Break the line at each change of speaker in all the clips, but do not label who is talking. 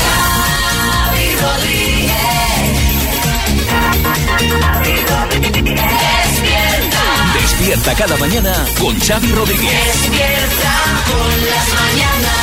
Gaby Rodríguez. Gaby Rodríguez. Despierta.
Despierta cada mañana con Xavi Rodríguez.
Despierta con las mañanas.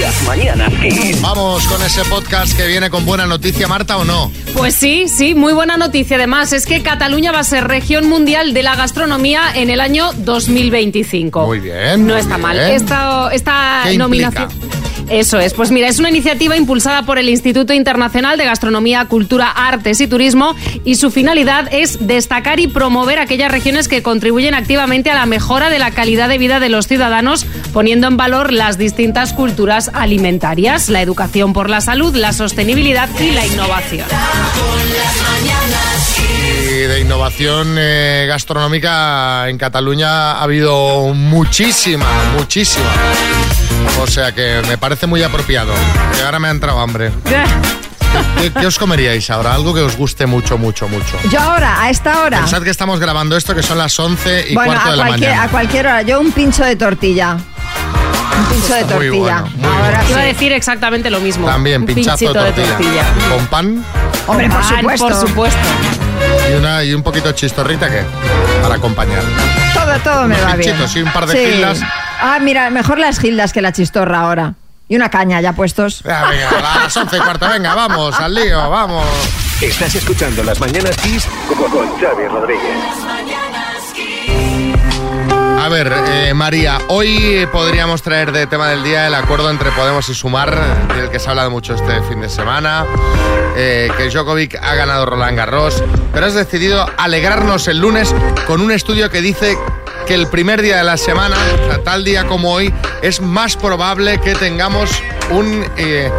Las mañanas Kiss.
Vamos con ese podcast que viene con buena noticia, Marta, ¿o no?
Pues sí, sí, muy buena noticia además. Es que Cataluña va a ser región mundial de la gastronomía en el año 2025.
Muy bien,
No
muy
está mal.
bien.
Esta, esta
¿Qué implica?
nominación. Eso es, pues mira, es una iniciativa impulsada por el Instituto Internacional de Gastronomía, Cultura, Artes y Turismo y su finalidad es destacar y promover aquellas regiones que contribuyen activamente a la mejora de la calidad de vida de los ciudadanos, poniendo en valor las distintas culturas alimentarias, la educación por la salud, la sostenibilidad y la innovación.
Y de innovación eh, gastronómica en Cataluña ha habido muchísima, muchísima. O sea que me parece muy apropiado. Que ahora me ha entrado hambre. ¿Qué, qué os comeríais ahora? Algo que os guste mucho, mucho, mucho.
Yo ahora, a esta hora.
Pensad que estamos grabando esto, que son las 11 y
bueno,
cuarto
a
de la
cualquier,
mañana.
a cualquier hora. Yo un pincho de tortilla. Un pincho de
Muy
tortilla.
bueno, muy
ahora
Iba a
sí.
decir exactamente lo mismo.
También,
Un
pinchazo de
pinchito
tortilla. Con pan
Hombre, por
Pan,
supuesto.
Por supuesto.
y, una, y un poquito de chistorrita, que Para acompañar.
Todo, todo me
Unos
va bien.
pinchitos y un par de gildas.
Ah, mira, mejor las gildas que la chistorra ahora. Y una caña ya puestos.
Ya, venga, a las 11 y cuarto, venga, vamos, al lío, vamos.
Estás escuchando Las mañanas Kiss con- con Xavi Rodríguez.
A ver, eh, María, hoy podríamos traer de tema del día el acuerdo entre Podemos y Sumar, del que se ha hablado mucho este fin de semana, eh, que Djokovic ha ganado Roland Garros, pero has decidido alegrarnos el lunes con un estudio que dice que el primer día de la semana, o sea, tal día como hoy, es más probable que tengamos un, eh,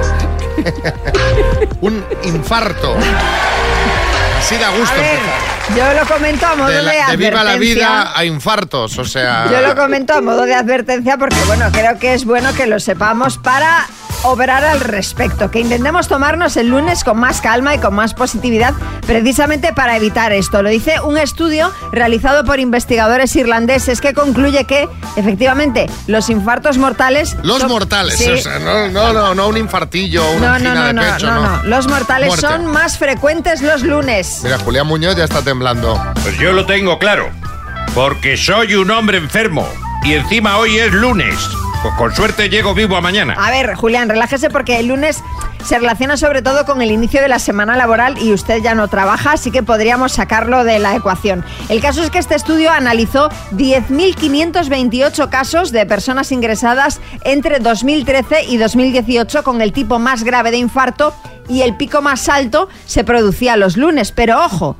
un infarto. Así da gusto.
A ver,
empezar.
yo lo comento a modo de,
de, la- de
advertencia.
viva la vida a infartos, o sea.
Yo lo comento a modo de advertencia porque, bueno, creo que es bueno que lo sepamos para obrar al respecto, que intentemos tomarnos el lunes con más calma y con más positividad precisamente para evitar esto. Lo dice un estudio realizado por investigadores irlandeses que concluye que, efectivamente, los infartos mortales...
Los
son-
mortales,
Sí.
o sea, no, no, no, no un infartillo, una
no, no,
angina
no, no,
de pecho,
no, no. Los mortales
Muerte.
son más frecuentes los lunes.
Mira, Julián Muñoz ya está temblando.
Pues yo lo tengo claro. Porque soy un hombre enfermo. Y encima hoy es lunes. Pues con suerte llego vivo a mañana.
A ver, Julián, relájese porque el lunes se relaciona sobre todo con el inicio de la semana laboral y usted ya no trabaja, así que podríamos sacarlo de la ecuación. El caso es que este estudio analizó 10.528 casos de personas ingresadas entre 2013 y 2018 con el tipo más grave de infarto y el pico más alto se producía los lunes, pero ojo,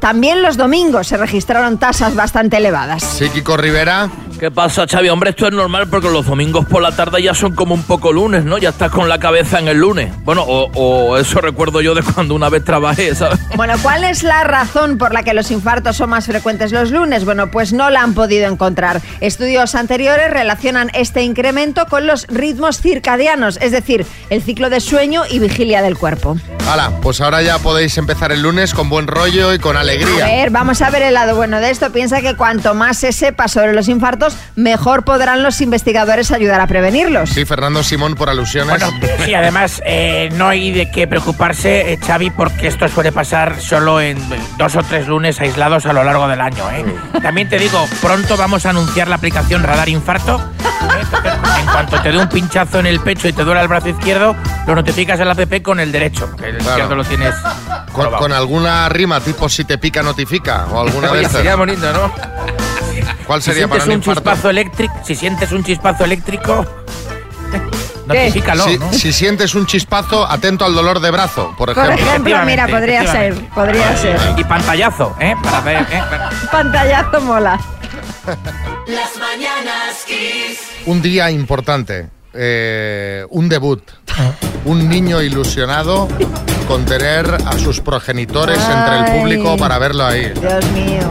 también los domingos se registraron tasas bastante elevadas.
Sí, Kiko Rivera.
¿Qué pasa, Xavi? Hombre, esto es normal porque los domingos por la tarde ya son como un poco lunes, ¿no? Ya estás con la cabeza en el lunes. Bueno, o, o eso recuerdo yo de cuando una vez trabajé, ¿sabes?
Bueno, ¿cuál es la razón por la que los infartos son más frecuentes los lunes? Bueno, pues no la han podido encontrar. Estudios anteriores relacionan este incremento con los ritmos circadianos, es decir, el ciclo de sueño y vigilia del cuerpo.
Hala, pues ahora ya podéis empezar el lunes con buen rollo y con
A
alegría.
ver, vamos a ver el lado bueno de esto. Piensa que cuanto más se sepa sobre los infartos, mejor podrán los investigadores ayudar a prevenirlos.
Sí, Fernando Simón por alusiones.
Bueno, sí, además eh, no hay de qué preocuparse, eh, Xavi, porque esto suele pasar solo en dos o tres lunes aislados a lo largo del año. ¿eh?
Mm.
También te digo, pronto vamos a anunciar la aplicación Radar Infarto. ¿eh? En cuanto te dé un pinchazo en el pecho y te duela el brazo izquierdo, lo notificas al APP con el derecho, porque el
Claro.
izquierdo lo tienes.
con,
probado.
con alguna rima tipo si te pica notifica o alguna de
Oye,
estas.
sería bonito, ¿no?
¿Cuál
Si
sería para
sientes
un
un
infarto?
chispazo eléctrico, si sientes un chispazo eléctrico,
Eh.
notifícalo,
Si,
¿no?
si sientes un chispazo, atento al dolor de brazo, por
Por
ejemplo.
ejemplo, mira,
Efectivamente,
podría ser,
efectivamente.
podría ser.
Y pantallazo, ¿eh? Para ver, ¿eh?
Pantallazo mola.
Las mañanas kiss.
Un día importante, eh, un debut,
Ah.
un niño ilusionado con tener a sus progenitores entre el
Ay.
público para verlo ahí.
Dios mío.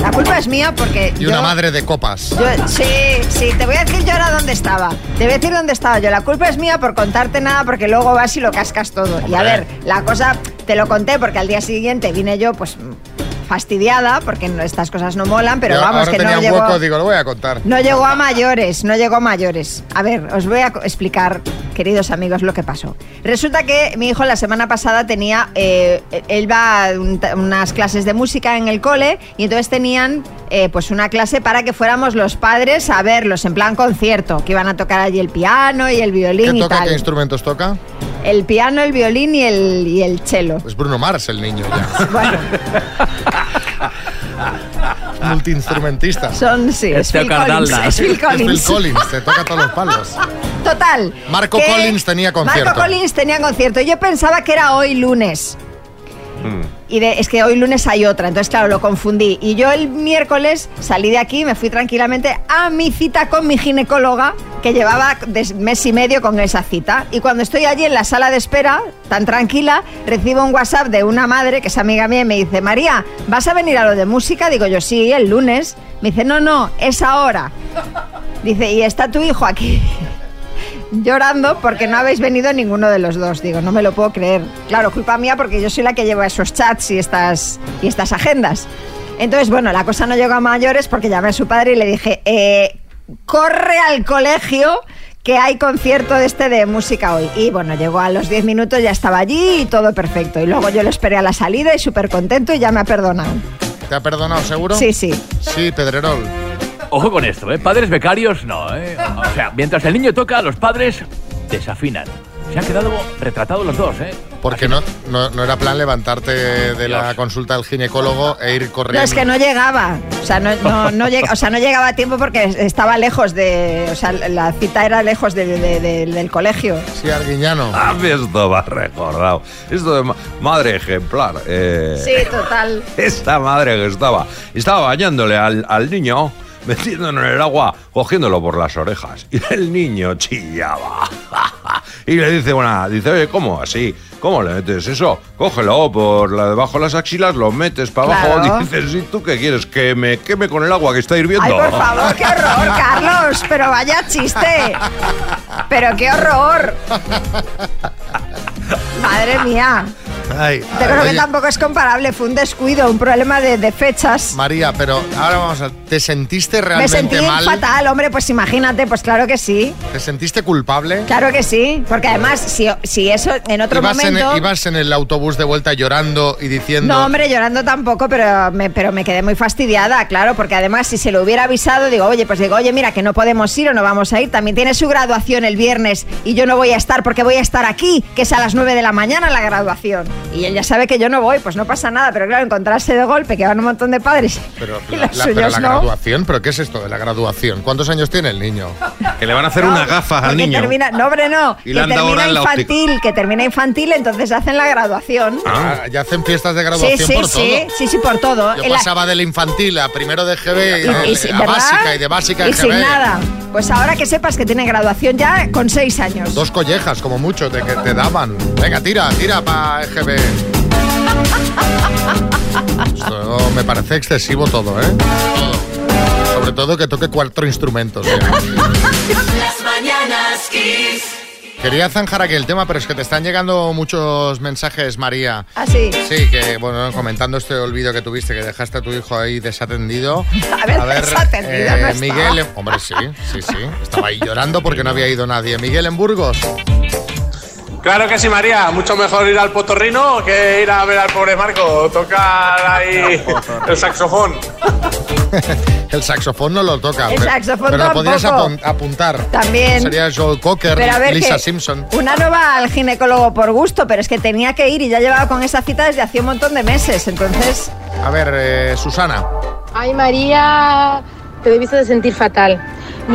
La culpa es mía porque
Y una
yo-
madre de copas.
Yo- sí, sí, te voy a decir yo ahora dónde estaba. Te voy a decir dónde estaba yo. La culpa es mía por contarte nada porque luego vas y lo cascas todo. Y a ver, la cosa te lo conté porque al día siguiente vine yo, pues fastidiada porque no- estas cosas no molan, pero
Yo
vamos,
ahora
que
tenía
no
un
llegó,
hueco, digo, lo voy a contar.
no llegó a mayores, no llegó a mayores. A ver, os voy a co- explicar, queridos amigos, lo que pasó. Resulta que mi hijo la semana pasada tenía, eh, él va a un- unas clases de música en el cole y entonces tenían eh, pues una clase para que fuéramos los padres a verlos en plan concierto, que iban a tocar allí el piano y el
¿Qué
violín y
toca?
tal.
¿Qué instrumentos toca?
El piano, el violín y el, y el cello.
Es Bruno Mars el niño ya.
Bueno,
Multiinstrumentista.
son, sí, es
Este
Phil Collins.
Cardalda.
es Phil
Es Phil
Collins.
Collins, te toca todos los palos.
Total.
Pues Marco
que
Collins tenía concierto.
Marco Collins tenía concierto. Yo pensaba que era hoy lunes. Y de- es que hoy lunes hay otra, entonces claro, lo confundí. Y yo el miércoles salí de aquí, me fui tranquilamente a mi cita con mi ginecóloga, que llevaba des- mes y medio con esa cita. Y cuando estoy allí en la sala de espera, tan tranquila, recibo un WhatsApp de una madre, que es amiga mía, y me dice, María, ¿vas a venir a lo de música? Digo yo, sí, el lunes. Me dice, no, no, es ahora. Dice, y está tu hijo aquí llorando porque no habéis venido ninguno de los dos. Digo, no me lo puedo creer. Claro, culpa mía porque yo soy la que lleva esos chats y estas, y estas agendas. Entonces, bueno, la cosa no llegó a mayores porque llamé a su padre y le dije, eh, corre al colegio que hay concierto de este de música hoy. Y bueno, llegó a los 10 minutos, ya estaba allí y todo perfecto. Y luego yo lo esperé a la salida y súper contento y ya me ha perdonado.
¿Te ha perdonado seguro?
Sí, sí.
Sí, Pedrerol.
Ojo con esto, ¿eh? Padres becarios, no, ¿eh? O sea, mientras el niño toca, los padres desafinan. Se han quedado retratados los dos, ¿eh?
Porque no, no, no era plan levantarte de la
Dios.
consulta del ginecólogo e ir corriendo.
No, es que no llegaba. O sea no, no- no lleg- o sea, no llegaba a tiempo porque estaba lejos de. O sea, la cita era lejos de- de- de- del colegio.
Sí, Arguiñano.
A mí esto Ah, me ha recordado. Esto de ma- madre ejemplar. eh,
Sí, total.
Esta madre que estaba, estaba bañándole al, al niño, metiéndolo en el agua, cogiéndolo por las orejas. Y el niño chillaba. Y le dice una, dice, oye, ¿cómo así? ¿Cómo le metes eso? Cógelo por la, debajo de las axilas, lo metes para abajo.
Claro.
Dices, ¿y tú qué quieres? Que me queme con el agua que está hirviendo.
Ay, por favor, qué horror, Carlos. Pero vaya chiste. Pero qué horror. Madre mía.
Ay,
Yo creo
oye,
que tampoco es comparable. Fue un descuido, un problema de, de fechas.
María, pero ahora vamos a... ¿Te sentiste
Me
realmente
sentí
mal?
fatal, hombre. Pues imagínate, pues claro que sí.
¿Te sentiste culpable?
Claro que sí. Porque además, si, si eso en otro
ibas, en
momento.
el, ibas en el autobús de vuelta llorando y diciendo...
No, hombre, llorando tampoco, pero me, pero me quedé muy fastidiada, claro, porque además si se lo hubiera avisado, digo, oye, pues digo, oye, mira, que no podemos ir o no vamos a ir, también tiene su graduación el viernes y yo no voy a estar porque voy a estar aquí, que es a las 9 de la mañana la graduación. Y él ya sabe que yo no voy, pues no pasa nada, pero claro, encontrarse de golpe que van un montón de padres
Pero
y
la,
los
la- pero
suyos
la
no.
graduación, ¿pero qué es esto de la graduación? ¿Cuántos años tiene el niño?
Que le van a hacer unas gafas al
Porque
niño.
termina- no, hombre, no.
Y
Que
le han dado
termina
ahora en la óptica.
infantil, que termina infantil, entonces hacen la graduación.
Ah.
Ah, ya hacen fiestas de
sí,
graduación
sí,
por
sí,
todo.
sí, sí, por todo.
Yo
En la- Eh,
pasaba del infantil a primero de GB y, de-
y, y si-
a
¿verdad?
básica y de básica a
Y sin
GB.
nada. Pues ahora que sepas que tiene graduación ya con seis años.
Dos collejas, como mucho, de que te daban. Venga, tira, tira para EGB. Esto me parece excesivo todo, ¿eh? Todo. Sobre todo que toque cuatro instrumentos. ¿eh?
Las mañanas Kiss.
Quería zanjar aquí el tema, pero es que te están llegando muchos mensajes, María.
Así.
Sí, que bueno, comentando este olvido que tuviste, que dejaste a tu hijo ahí desatendido. eh,
A ver, desatendido no estaba.
Miguel, en- hombre, sí, sí, sí. Estaba ahí llorando porque no había ido nadie. Miguel en Burgos.
Claro que sí, María. Mucho mejor ir al potorrino que ir a ver al pobre Marco tocar ahí el saxofón.
El saxofón no lo toca.
El
pero-
saxofón
Pero lo podrías
tampoco.
apun- apuntar.
También.
Sería Joel Cocker,
Pero a ver,
Lisa
que
Simpson.
una no va al ginecólogo por gusto, pero es que tenía que ir y ya llevaba con esa cita desde hacía un montón de meses. Entonces,
A ver, eh, Susana.
Ay María, te debiste de sentir fatal.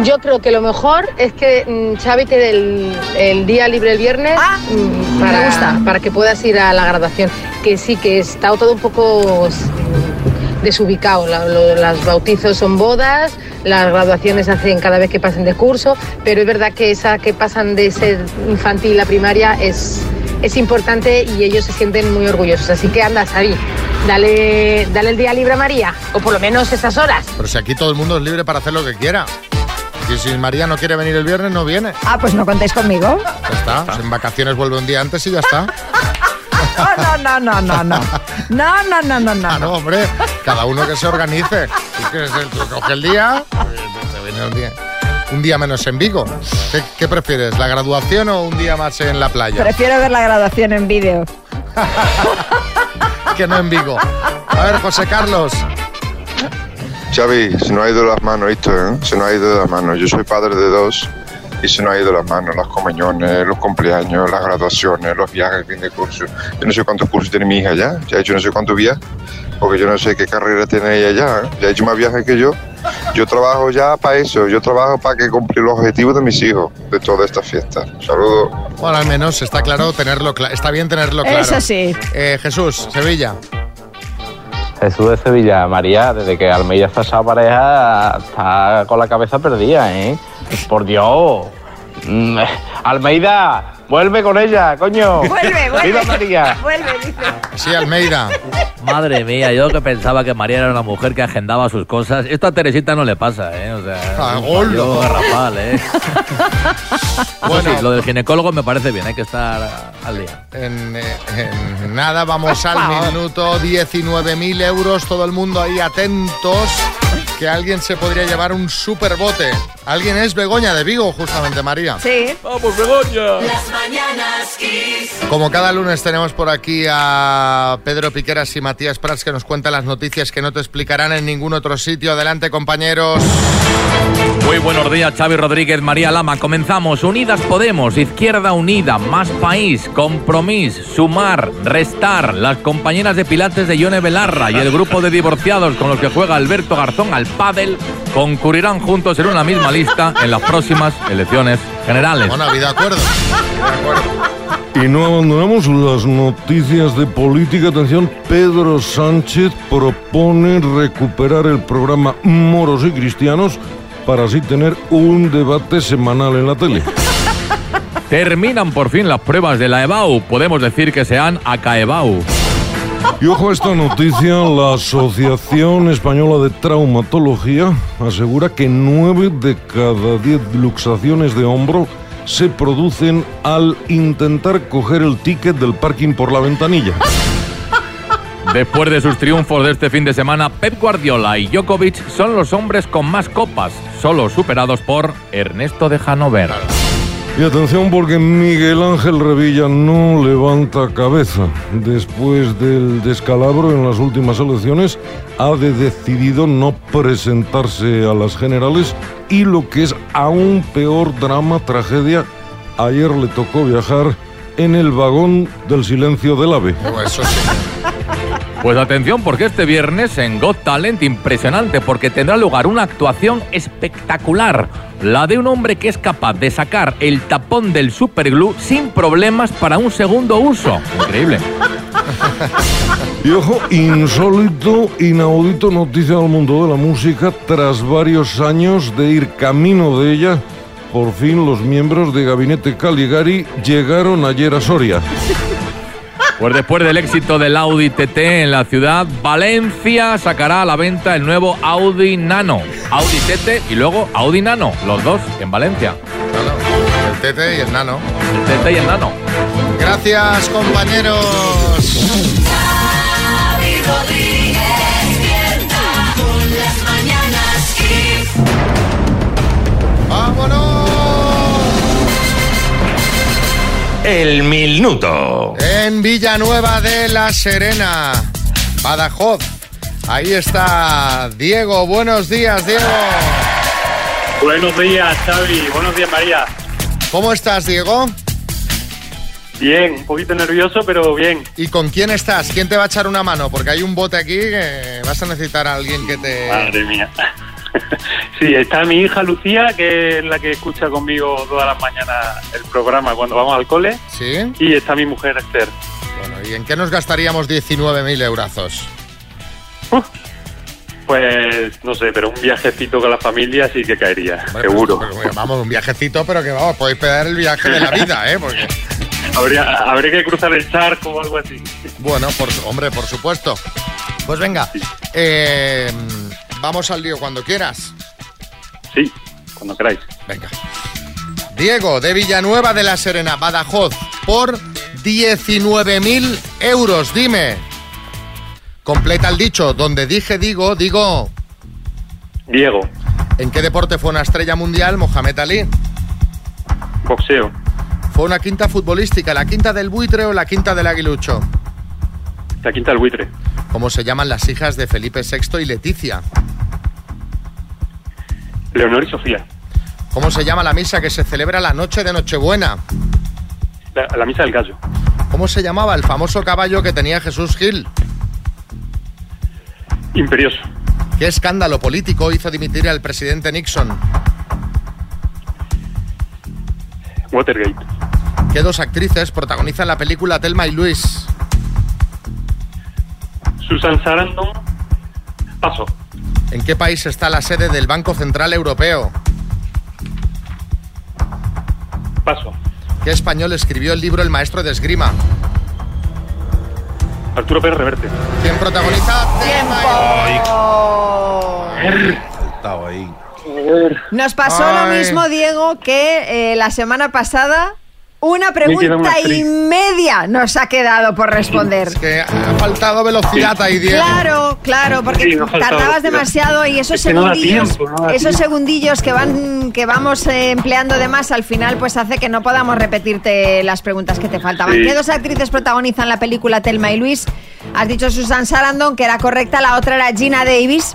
Yo creo que lo mejor es que mm, Xavi te dé el, el día libre el viernes
Ah,
mm,
me
para,
gusta.
para que puedas ir a la graduación. Que sí, que está todo un poco mm, desubicado. La- lo- los bautizos son bodas, las graduaciones se hacen cada vez que pasen de curso, pero es verdad que esa que pasan de ser infantil a primaria es, es importante y ellos se sienten muy orgullosos. Así que anda, Xavi, dale, dale el día libre a María, o por lo menos esas horas.
Pero si aquí todo el mundo es libre para hacer lo que quiera. Y si María no quiere venir el viernes, no viene.
ah, pues no contéis conmigo.
Ya está. En vacaciones vuelve un día antes y ya está.
No, no, no, no, no, no. No, no, no, no, no.
Ah, No, hombre, cada uno que se organice. Tú quieres el, tú coge el día, eh, te viene un día, un día menos en Vigo. ¿Qué, qué prefieres, la graduación o un día más en la playa?
Prefiero ver la graduación en vídeo.
que no en Vigo. A ver, José Carlos.
Xavi, se nos ha ido las manos esto, ¿eh? Se nos ha ido de las manos. Yo soy padre de dos y se nos ha ido las manos, las comeñones, los cumpleaños, las graduaciones, los viajes, el fin de curso. Yo no sé cuántos cursos tiene mi hija ya, ya ha hecho no sé cuántos viajes, porque yo no sé qué carrera tiene ella ya, ¿eh? ya ha hecho más viajes que yo. Yo trabajo ya para eso, yo trabajo para que cumplir los objetivos de mis hijos, de todas estas fiestas. Saludos.
Bueno, al menos está claro tenerlo cla- Está bien tenerlo claro.
Eso sí.
Eh, Jesús, Sevilla.
Jesús de Sevilla, María, desde que Almeida está esa pareja, está con la cabeza perdida, ¿eh? Por Dios. Mm, Almeida, vuelve con ella, coño.
Vuelve, vuelve.
Viva María.
Vuelve, dice.
Sí, Almeida.
Madre mía, yo que pensaba que María era una mujer que agendaba sus cosas. Esto a Teresita no le pasa, ¿eh? O sea,
Ah,
es un
gol.
fallo garrafal, ¿eh? Bueno,
Bueno.
lo del ginecólogo me parece bien, hay que estar al día.
En, eh, en nada, vamos al minuto 19.000 euros. Todo el mundo ahí atentos. Que alguien se podría llevar un superbote. Alguien es Begoña de Vigo, justamente, María.
Sí.
¡Vamos, Begoña!
Las mañanas kiss.
Como cada lunes tenemos por aquí a Pedro Piqueras y Matías Prats que nos cuentan las noticias que no te explicarán en ningún otro sitio. Adelante, compañeros.
Muy buenos días, Xavi Rodríguez, María Lama. Comenzamos. Unidas Podemos, Izquierda Unida, Más País, Compromís, Sumar, Restar, las compañeras de Pilates de Ione Belarra y el grupo de divorciados con los que juega Alberto Garzón al pádel concurrirán juntos en una misma lista en las próximas elecciones generales.
Bueno, ha habido acuerdo.
Y no abandonamos las noticias de política. Atención, Pedro Sánchez propone recuperar el programa Moros y Cristianos para así tener un debate semanal en la tele.
Terminan por fin las pruebas de la E EBAU. Podemos decir que sean ACAEBAU.
Y ojo a esta noticia, la Asociación Española de Traumatología asegura que 9 de cada 10 luxaciones de hombro se producen al intentar coger el ticket del parking por la ventanilla.
Después de sus triunfos de este fin de semana, Pep Guardiola y Djokovic son los hombres con más copas, solo superados por Ernesto de Hanover.
Y atención porque Miguel Ángel Revilla no levanta cabeza. Después del descalabro en las últimas elecciones, ha de- decidido no presentarse a las generales y lo que es aún peor drama, tragedia, ayer le tocó viajar en el vagón del silencio del ave.
Bueno, eso sí.
Pues atención porque este viernes en Got Talent impresionante porque tendrá lugar una actuación espectacular, la de un hombre que es capaz de sacar el tapón del superglue sin problemas para un segundo uso. Increíble.
Y ojo, insólito, inaudito noticia del mundo de la música. Tras varios años de ir camino de ella, por fin los miembros de Gabinete Caligari llegaron ayer a Soria.
Pues después del éxito del Audi TT en la ciudad, Valencia sacará a la venta el nuevo Audi Nano. Audi TT y luego Audi Nano, los dos en Valencia.
Claro, el tete y el nano.
El TT y el Nano.
Gracias, compañeros.
Xavi Rodríguez, despierta. Con las mañanas kiss.
¡Vámonos!
El minuto.
En Villanueva de la Serena, Badajoz. Ahí está Diego. Buenos días, Diego.
Buenos días, Xavi. Buenos días, María.
¿Cómo estás, Diego?
Bien, un poquito nervioso, pero bien.
¿Y con quién estás? ¿Quién te va a echar una mano? Porque hay un bote aquí que vas a necesitar a alguien que te...
Madre mía. Sí, está mi hija Lucía, que es la que escucha conmigo todas las mañanas el programa cuando vamos al cole.
¿Sí?
Y está mi mujer Esther.
Bueno, ¿y en qué nos gastaríamos 19.000 eurazos?
Pues no sé, pero un viajecito con la familia sí que caería,
Hombre,
seguro.
pues, pero, vamos, un viajecito, pero que vamos, podéis pegar el viaje de la vida, ¿eh? Porque...
Habría, habría que cruzar el charco o algo así.
Bueno, por, su- hombre, por supuesto. Pues venga, eh, vamos al lío cuando quieras.
Sí, cuando queráis.
Venga. Diego, de Villanueva de la Serena, Badajoz, por 19.000 euros. Dime. Completa el dicho. Donde dije digo, digo.
Diego,
¿En qué deporte fue una estrella mundial Mohamed Ali?
boxeo,
¿Fue una quinta futbolística, la quinta del buitre o la quinta del aguilucho?
la quinta del buitre,
¿Cómo se llaman las hijas de Felipe VI y Leticia?
Leonor y Sofía,
¿Cómo se llama la misa que se celebra la noche de Nochebuena?
la, la misa del gallo,
¿Cómo se llamaba el famoso caballo que tenía Jesús Gil?
imperioso,
¿Qué escándalo político hizo dimitir al presidente Nixon?
Watergate,
¿Qué dos actrices protagonizan la película Telma y Luis?
Susan Sarandon, paso,
¿En qué país está la sede del Banco Central Europeo?
paso,
¿Qué español escribió el libro El maestro de esgrima?
Arturo Pérez Reverte.
¿Quién protagoniza?
Estaba ahí.
Nos pasó lo
Ay.
mismo, Diego, que eh, la semana pasada una
queda una
pregunta
actriz.
y media nos ha quedado por responder.
que ha faltado velocidad ahí, Diego.
Claro, claro, porque
Sí, nos ha faltado
tardabas
velocidad.
demasiado y esos
Es que no da
segundillos,
tiempo, no da
esos
tiempo.
segundillos que van que vamos eh, empleando de más al final pues hace que no podamos repetirte las preguntas que te faltaban.
Sí.
¿Qué dos actrices protagonizan la película Telma y Luis? Has dicho Susan Sarandon, que era correcta, la otra era Gina Davis.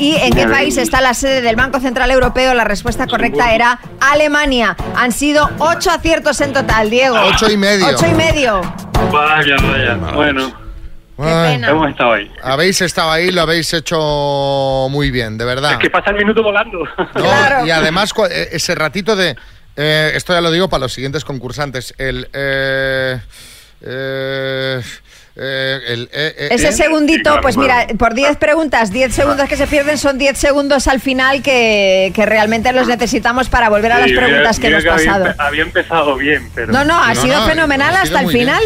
¿Y en qué
Gina
país
Davis.
está la sede del Banco Central Europeo? La respuesta correcta era Alemania. Han sido ocho aciertos en total, Diego.
Ocho y medio.
Ocho y medio.
Vaya, vaya. Bueno.
pena.
Hemos estado ahí.
Habéis estado ahí, lo habéis hecho muy bien, de verdad.
Es que pasa el minuto volando.
No, Y además, cua- eh, ese ratito de. eh, esto ya lo digo para los siguientes concursantes. El. eh, eh, eh, el, eh, eh, eh.
Ese segundito, pues mira, por 10 preguntas, 10 segundos que se pierden son 10 segundos al final que, que realmente los necesitamos para volver a las
Sí, mira-
preguntas que
mira
hemos pasado.
Había, empe- había empezado bien, pero.
No, no, ha
No,
sido
no,
fenomenal
ha sido
hasta el
muy bien.
final.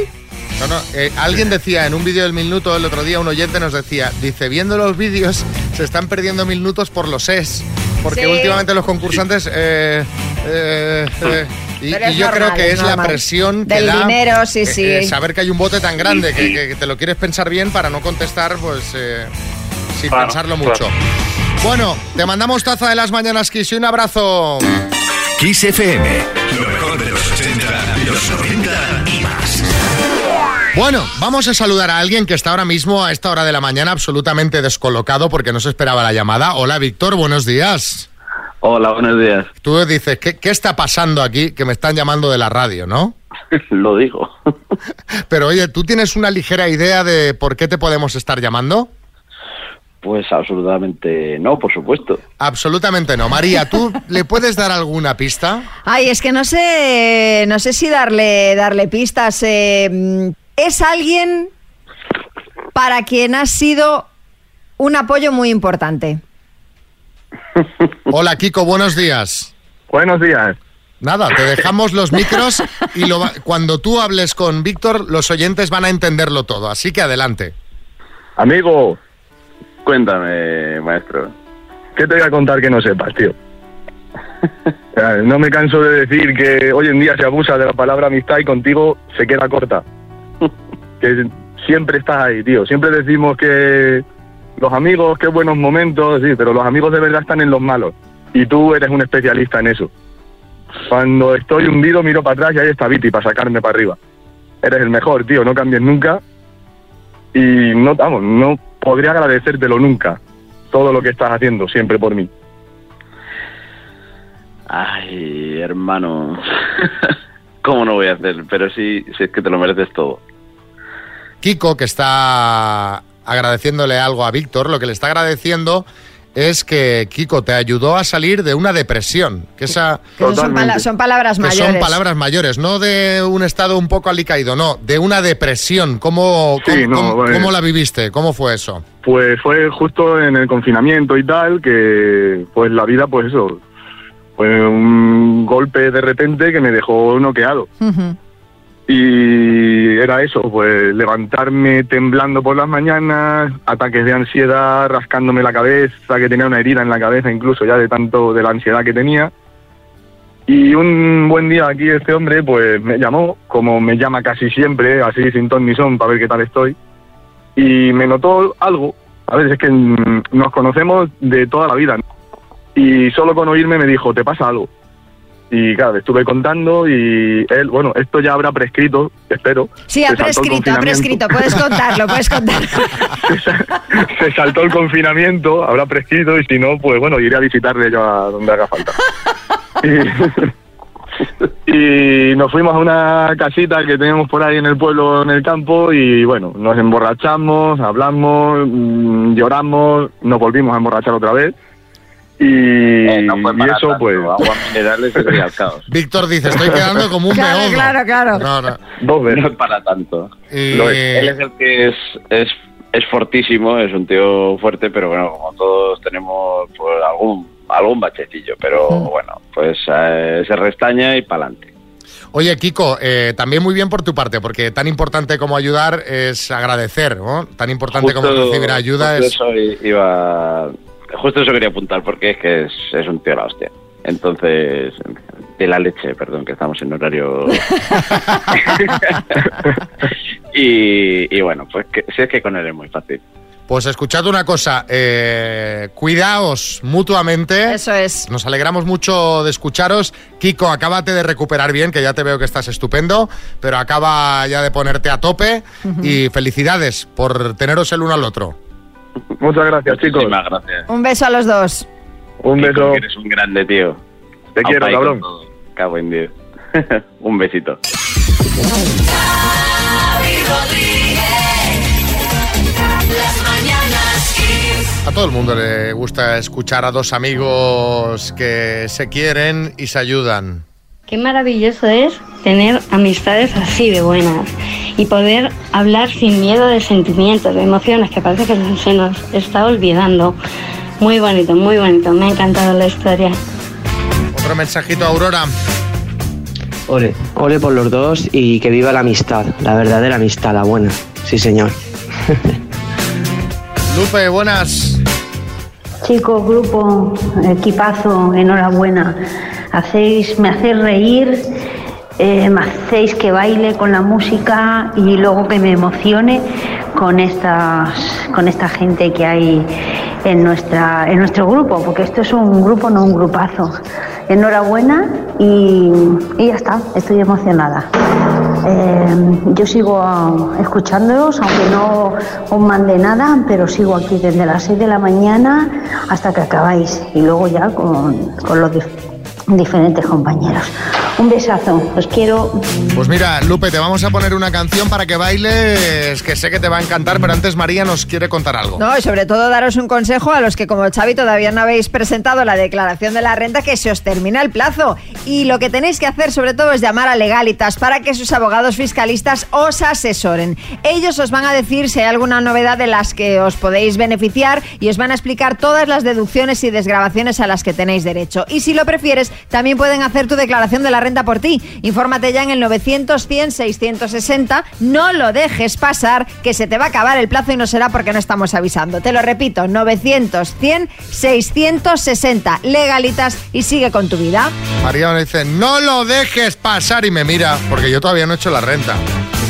No, no, eh, alguien decía en un vídeo del minuto el otro día, un oyente nos decía, dice, viendo los vídeos se están perdiendo minutos por los es, porque
Sí.
últimamente los concursantes... eh, eh, eh, y,
Pero
y
es
yo
normal,
creo que
es
es la
normal.
presión que
Del
da,
dinero, sí,
eh,
sí.
eh, saber que hay un bote tan grande que, que- que te lo quieres pensar bien para no contestar, pues eh, sin
Claro,
pensarlo
claro.
mucho. Bueno, te mandamos taza de las mañanas, Kiss, y un abrazo.
Kiss FM. Lo mejor de los 80, los 90 y más.
Bueno, vamos a saludar a alguien que está ahora mismo a esta hora de la mañana absolutamente descolocado porque no se esperaba la llamada. Hola, Víctor, buenos días.
Hola, buenos días.
Tú dices, ¿qué, qué está pasando aquí? Que me están llamando de la radio, ¿no?
Lo digo.
Pero oye, ¿tú tienes una ligera idea de por qué te podemos estar llamando?
Pues absolutamente no, por supuesto.
Absolutamente no. María, ¿tú le puedes dar alguna pista?
Ay, es que no sé, no sé si darle, darle pistas. eh, mm, es alguien para quien ha sido un apoyo muy importante.
Hola, Kiko, buenos días.
Buenos días.
Nada, te dejamos los micros y lo va- cuando tú hables con Víctor, los oyentes van a entenderlo todo. Así que adelante.
Amigo,
Cuéntame, maestro.
¿qué te voy a contar que no sepas, tío? Eh, No me canso de decir que hoy en día se abusa de la palabra amistad y contigo se queda corta. Que siempre estás ahí, tío. Siempre decimos que los amigos, qué buenos momentos, sí, pero los amigos de verdad están en los malos. Y tú eres un especialista en eso. Cuando estoy hundido miro para atrás y ahí está Viti para sacarme para arriba. Eres el mejor, tío. No cambies nunca. Y no, vamos, no podría agradecértelo nunca. Todo lo que estás haciendo siempre por mí.
Ay, hermano. ¿Cómo no voy a hacer? Pero sí, si es que te lo mereces todo.
Kiko, que está agradeciéndole algo a Víctor, lo que le está agradeciendo es que Kiko te ayudó a salir de una depresión. Que esa,
Que eso son, pala- son palabras
que
mayores.
son palabras mayores, no de un estado un poco alicaído, no, de una depresión. ¿Cómo,
Sí,
cómo-
no,
cómo-
bueno.
cómo la viviste? ¿Cómo fue eso?
Pues fue justo en el confinamiento y tal, que pues la vida, pues eso, fue un golpe de repente que me dejó noqueado. Y era eso, pues levantarme temblando por las mañanas, ataques de ansiedad, rascándome la cabeza, que tenía una herida en la cabeza incluso ya de tanto de la ansiedad que tenía. Y un buen día aquí este hombre pues me llamó, como me llama casi siempre, así sin ton ni son, para ver qué tal estoy. Y me notó algo. A ver, es que mm, nos conocemos de toda la vida. ¿no? Y solo con oírme me dijo, te pasa algo. Y claro, le estuve contando y él, bueno, esto ya habrá prescrito, espero.
Sí, ha
Se saltó el
prescrito,
confinamiento.
ha prescrito. Puedes contarlo, puedes contarlo.
Se saltó el confinamiento, habrá prescrito y si no, pues bueno, iré a visitarle yo a donde haga falta. Y, y nos fuimos a una casita que teníamos por ahí en el pueblo, en el campo, y bueno, nos emborrachamos, hablamos, mm, lloramos, nos volvimos a emborrachar otra vez. Y, y eso pues...
Agua minerales y realzados.
Víctor dice, estoy quedando como un
Claro,
meodo.
claro, claro.
Dos
No es para tanto.
Y-
Lo es. Él es el que es, es, es fortísimo, es un tío fuerte, pero bueno, como todos tenemos pues, algún, algún bachetillo, pero bueno, pues eh, se restaña y pa'lante.
Oye, Kiko, eh, también muy bien por tu parte, porque tan importante como ayudar es agradecer, ¿no? Tan importante como
Justo-
recibir ayuda
justo
es...
Eso i- iba, justo eso quería apuntar, porque es que es, es un tío la hostia. Entonces, de la leche, perdón, que estamos en horario Y, y bueno, pues que, si es que con él es muy fácil.
Pues escuchad una cosa, eh, cuidaos mutuamente. Eso
es.
Nos alegramos mucho de escucharos. Kiko, acábate de recuperar bien, que ya te veo que estás estupendo, pero acaba ya de ponerte a tope y felicidades por teneros el uno al otro.
Muchas gracias,
chicos. Muchísimas gracias.
Un beso a los dos.
Un
beso. eres un grande, tío.
Te quiero, cabrón.
Cago en Dios. un besito.
Las mañanas Kiss.
A todo el mundo le gusta escuchar a dos amigos que se quieren y se ayudan.
Qué maravilloso es tener amistades así de buenas y poder hablar sin miedo de sentimientos, de emociones, que parece que se nos está olvidando. Muy bonito, muy bonito, me ha encantado la historia.
Otro mensajito, Aurora.
Ole, ole por los dos y que viva la amistad, la verdadera amistad, la buena. Sí, señor.
Lupe, buenas.
Chicos, grupo, equipazo, enhorabuena. Hacéis, me hacéis reír, eh, me hacéis que baile con la música y luego que me emocione con estas, con esta gente que hay en nuestra, en nuestro grupo, porque esto es un grupo, no un grupazo. Enhorabuena y, y ya está, estoy emocionada. Eh, yo sigo ah, escuchándolos, aunque no os mande nada, pero sigo aquí desde las 6 de la mañana hasta que acabáis y luego ya con, con los dif- diferentes compañeros. Un besazo, os quiero.
Pues mira, Lupe, te vamos a poner una canción para que bailes, que sé que te va a encantar, pero antes María nos quiere contar algo.
No, y sobre todo daros un consejo a los que como Xavi todavía no habéis presentado la declaración de la renta que se os termina el plazo y lo que tenéis que hacer sobre todo es llamar a Legalitas para que sus abogados fiscalistas os asesoren. Ellos os van a decir si hay alguna novedad de las que os podéis beneficiar y os van a explicar todas las deducciones y desgrabaciones a las que tenéis derecho. Y si lo prefieres, también pueden hacer tu declaración de la renta por ti. Infórmate ya en el 900 100 660. No lo dejes pasar, que se te va a acabar el plazo y no será porque no estamos avisando. Te lo repito, 900 100 660. Legalitas y sigue con tu vida.
María me dice, no lo dejes pasar y me mira, porque yo todavía no he hecho la renta.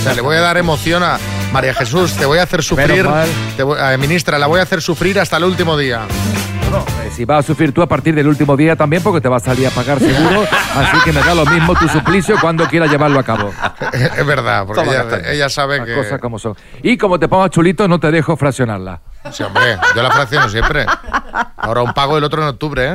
O sea, le voy a dar emoción a María Jesús, te voy a hacer sufrir,
mal.
te voy- eh, ministra, la voy a hacer sufrir hasta el último día.
Eh, Si vas a sufrir tú a partir del último día también, porque te vas a salir a pagar seguro. Así que me da lo mismo tu suplicio cuando quieras llevarlo a cabo.
es verdad, porque
Toma,
ella,
castaña.
ella sabe
Las
que...
cosas como son. Y como te pongas chulito, no te dejo fraccionarla.
Sí, hombre, yo la fracciono siempre. Ahora un pago el otro en octubre, ¿eh?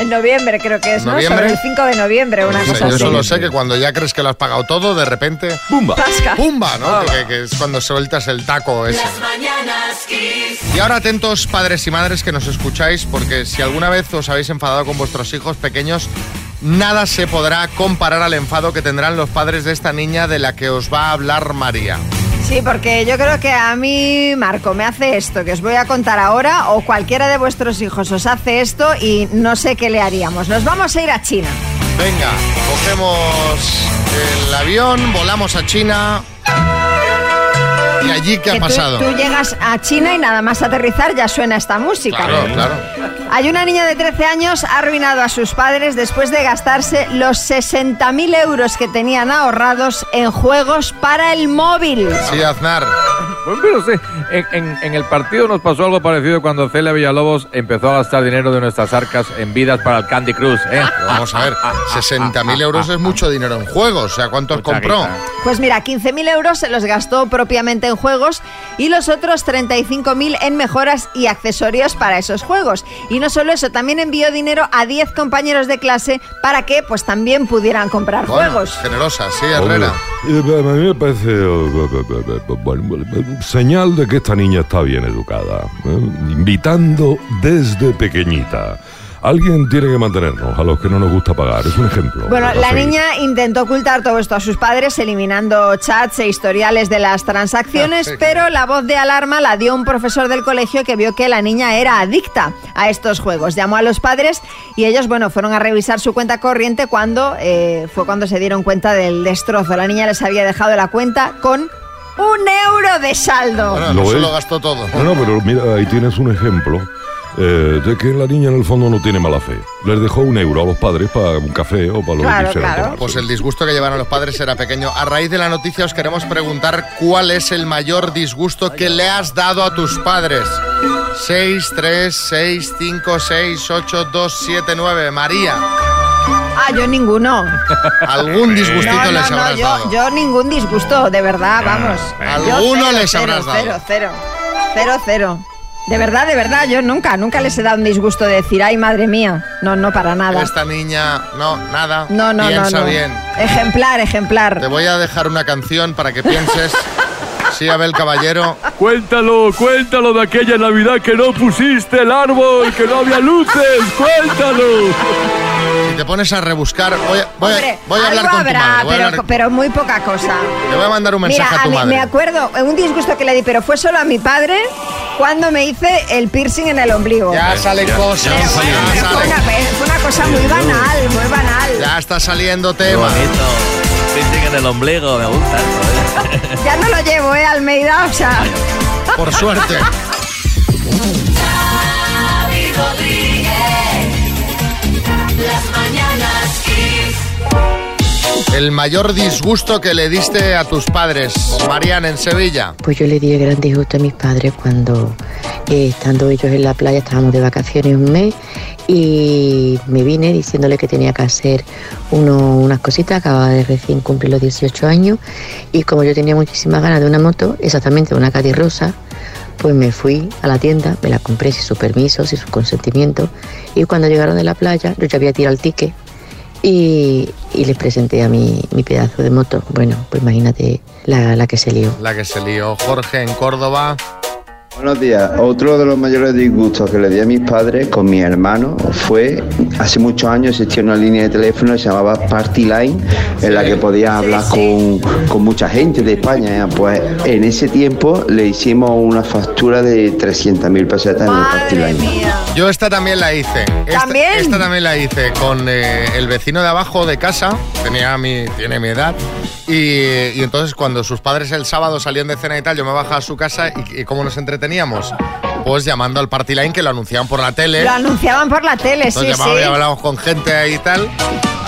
En noviembre creo que es, ¿no?
¿Noviembre?
Sobre el 5 de noviembre, una
No sé,
cosa
yo
así.
solo sé que cuando ya crees que lo has pagado todo, de repente... ¡Pumba!
Tasca.
¡Pumba! ¿no? Que, que es cuando sueltas el taco ese.
Las mañanas Kiss.
Y ahora atentos padres y madres que nos escucháis, porque si alguna vez os habéis enfadado con vuestros hijos pequeños, nada se podrá comparar al enfado que tendrán los padres de esta niña de la que os va a hablar María.
Sí, porque yo creo que a mí, Marco, me hace esto que os voy a contar ahora, o cualquiera de vuestros hijos os hace esto y no sé qué le haríamos. Nos vamos a ir a China.
Venga, cogemos el avión, volamos a China ¿Y allí qué ha
que tú-
pasado?
Tú, llegas a China y nada más aterrizar ya suena esta música.
Claro, claro.
Hay una niña de 13 años ha arruinado a sus padres después de gastarse los 60.000 euros que tenían ahorrados en juegos para el móvil.
Sí, Aznar.
Bueno, pero sí, en, en- en el partido nos pasó algo parecido cuando Celia Villalobos empezó a gastar dinero de nuestras arcas en vidas para el Candy Cruz. ¿eh?
Vamos a ver, 60.000 euros es mucho dinero en juegos. O sea, ¿cuántos compró?
Pues mira, 15.000 euros se los gastó propiamente en juegos y los otros 35.000 en mejoras y accesorios para esos juegos. Y no solo eso, también envió dinero a 10 compañeros de clase para que pues también pudieran comprar
Bueno,
juegos.
generosa, sí, Herrera.
Hombre, eh, A mí me parece eh, bueno, señal de que esta niña está bien educada, ¿eh? invitando desde pequeñita. Alguien tiene que mantenernos, a los que no nos gusta pagar, es un ejemplo.
Bueno,
a
la
seguir.
niña intentó ocultar todo esto a sus padres, eliminando chats e historiales de las
Ah,
transacciones, pero la voz de alarma la dio un profesor del colegio que vio que la niña era adicta a estos juegos. Llamó a los padres y ellos, bueno, fueron a revisar su cuenta corriente cuando eh, fue cuando se dieron cuenta del destrozo. La niña les había dejado la cuenta con un euro de saldo.
Lo es.
gastó todo.
No, no, pero mira, ahí tienes un ejemplo eh, de que la niña en el fondo no tiene mala fe. Les dejó un euro a los padres para un café o para lo que quisieran tomarse.
Pues el disgusto que llevaron los padres era pequeño. A raíz de la noticia os queremos preguntar cuál es el mayor disgusto que le has dado a tus padres. 6, 3, 6, 5, 6, 8, 2, 7, 9. María.
Ah, yo ninguno.
Algún disgustito
Eh, No, no,
les
no,
habrás
yo,
dado. Ah,
yo ningún disgusto, de verdad, vamos. Yo
Alguno les habrás dado.
Cero, cero, cero, cero. De verdad, de verdad, yo nunca, nunca les he dado un disgusto de decir, ay, madre mía. No, no, para nada.
Esta niña, no, nada.
No, no, no,
Piensa
no.
bien.
Ejemplar, ejemplar.
Te voy a dejar una canción para que pienses. Sí, Abel Caballero.
Cuéntalo, cuéntalo de aquella Navidad que no pusiste el árbol, que no había luces, cuéntalo.
Si te pones a rebuscar, voy a, voy a-
Hombre,
voy a hablar
algo
con tu
habrá,
madre. voy a
pero,
hablar-
pero muy poca cosa.
Te voy a mandar un mensaje
Mira,
a tu
mí-
madre.
me acuerdo, eh, un disgusto que le di, pero fue solo a mi padre cuando me hice el piercing en el ombligo.
Pues, Ya salen
Pero
cosas.
bueno,
ya
fue
salen.
una, fue una cosa muy banal, muy banal.
Ya está saliendo tema.
en el ombligo, me gusta
Ya no lo llevo, ¿eh, Almeida? O sea...
Por suerte.
Xavi Rodríguez. Las mañanas Kiss.
El mayor disgusto que le diste a tus padres, Marian, en Sevilla.
Pues yo le di el gran disgusto a mis padres cuando, eh, estando ellos en la playa, estábamos de vacaciones un mes y me vine diciéndole que tenía que hacer uno- unas cositas, acababa de recién cumplir los 18 años y como yo tenía muchísimas ganas de una moto, exactamente una Caddy Rosa, pues me fui a la tienda, me la compré sin su permiso, sin su consentimiento y cuando llegaron de la playa yo ya había tirado el ticket y, y les presenté a mi, mi pedazo de moto. Bueno, pues imagínate la, la que se lió.
La que se lió. Jorge, en Córdoba.
Buenos días. Otro de los mayores disgustos que le di a mis padres con mi hermano fue, hace muchos años existía una línea de teléfono que se llamaba Party Line, en la que podías hablar Con, con mucha gente de España. ¿eh? Pues en ese tiempo le hicimos una factura de 300.000 pesetas en el Party Line.
Yo esta también la hice. Esta, ¿También? Esta también la hice con eh, el vecino de abajo de casa, tenía mi, tiene mi edad, y, y entonces cuando sus padres el sábado salían de cena y tal, yo me bajaba a su casa y, y ¿cómo nos entreteníamos? Pues llamando al Party Line que lo anunciaban por la tele.
Lo anunciaban por la tele, sí,
Entonces
sí.
llamaba y hablábamos con gente ahí y tal,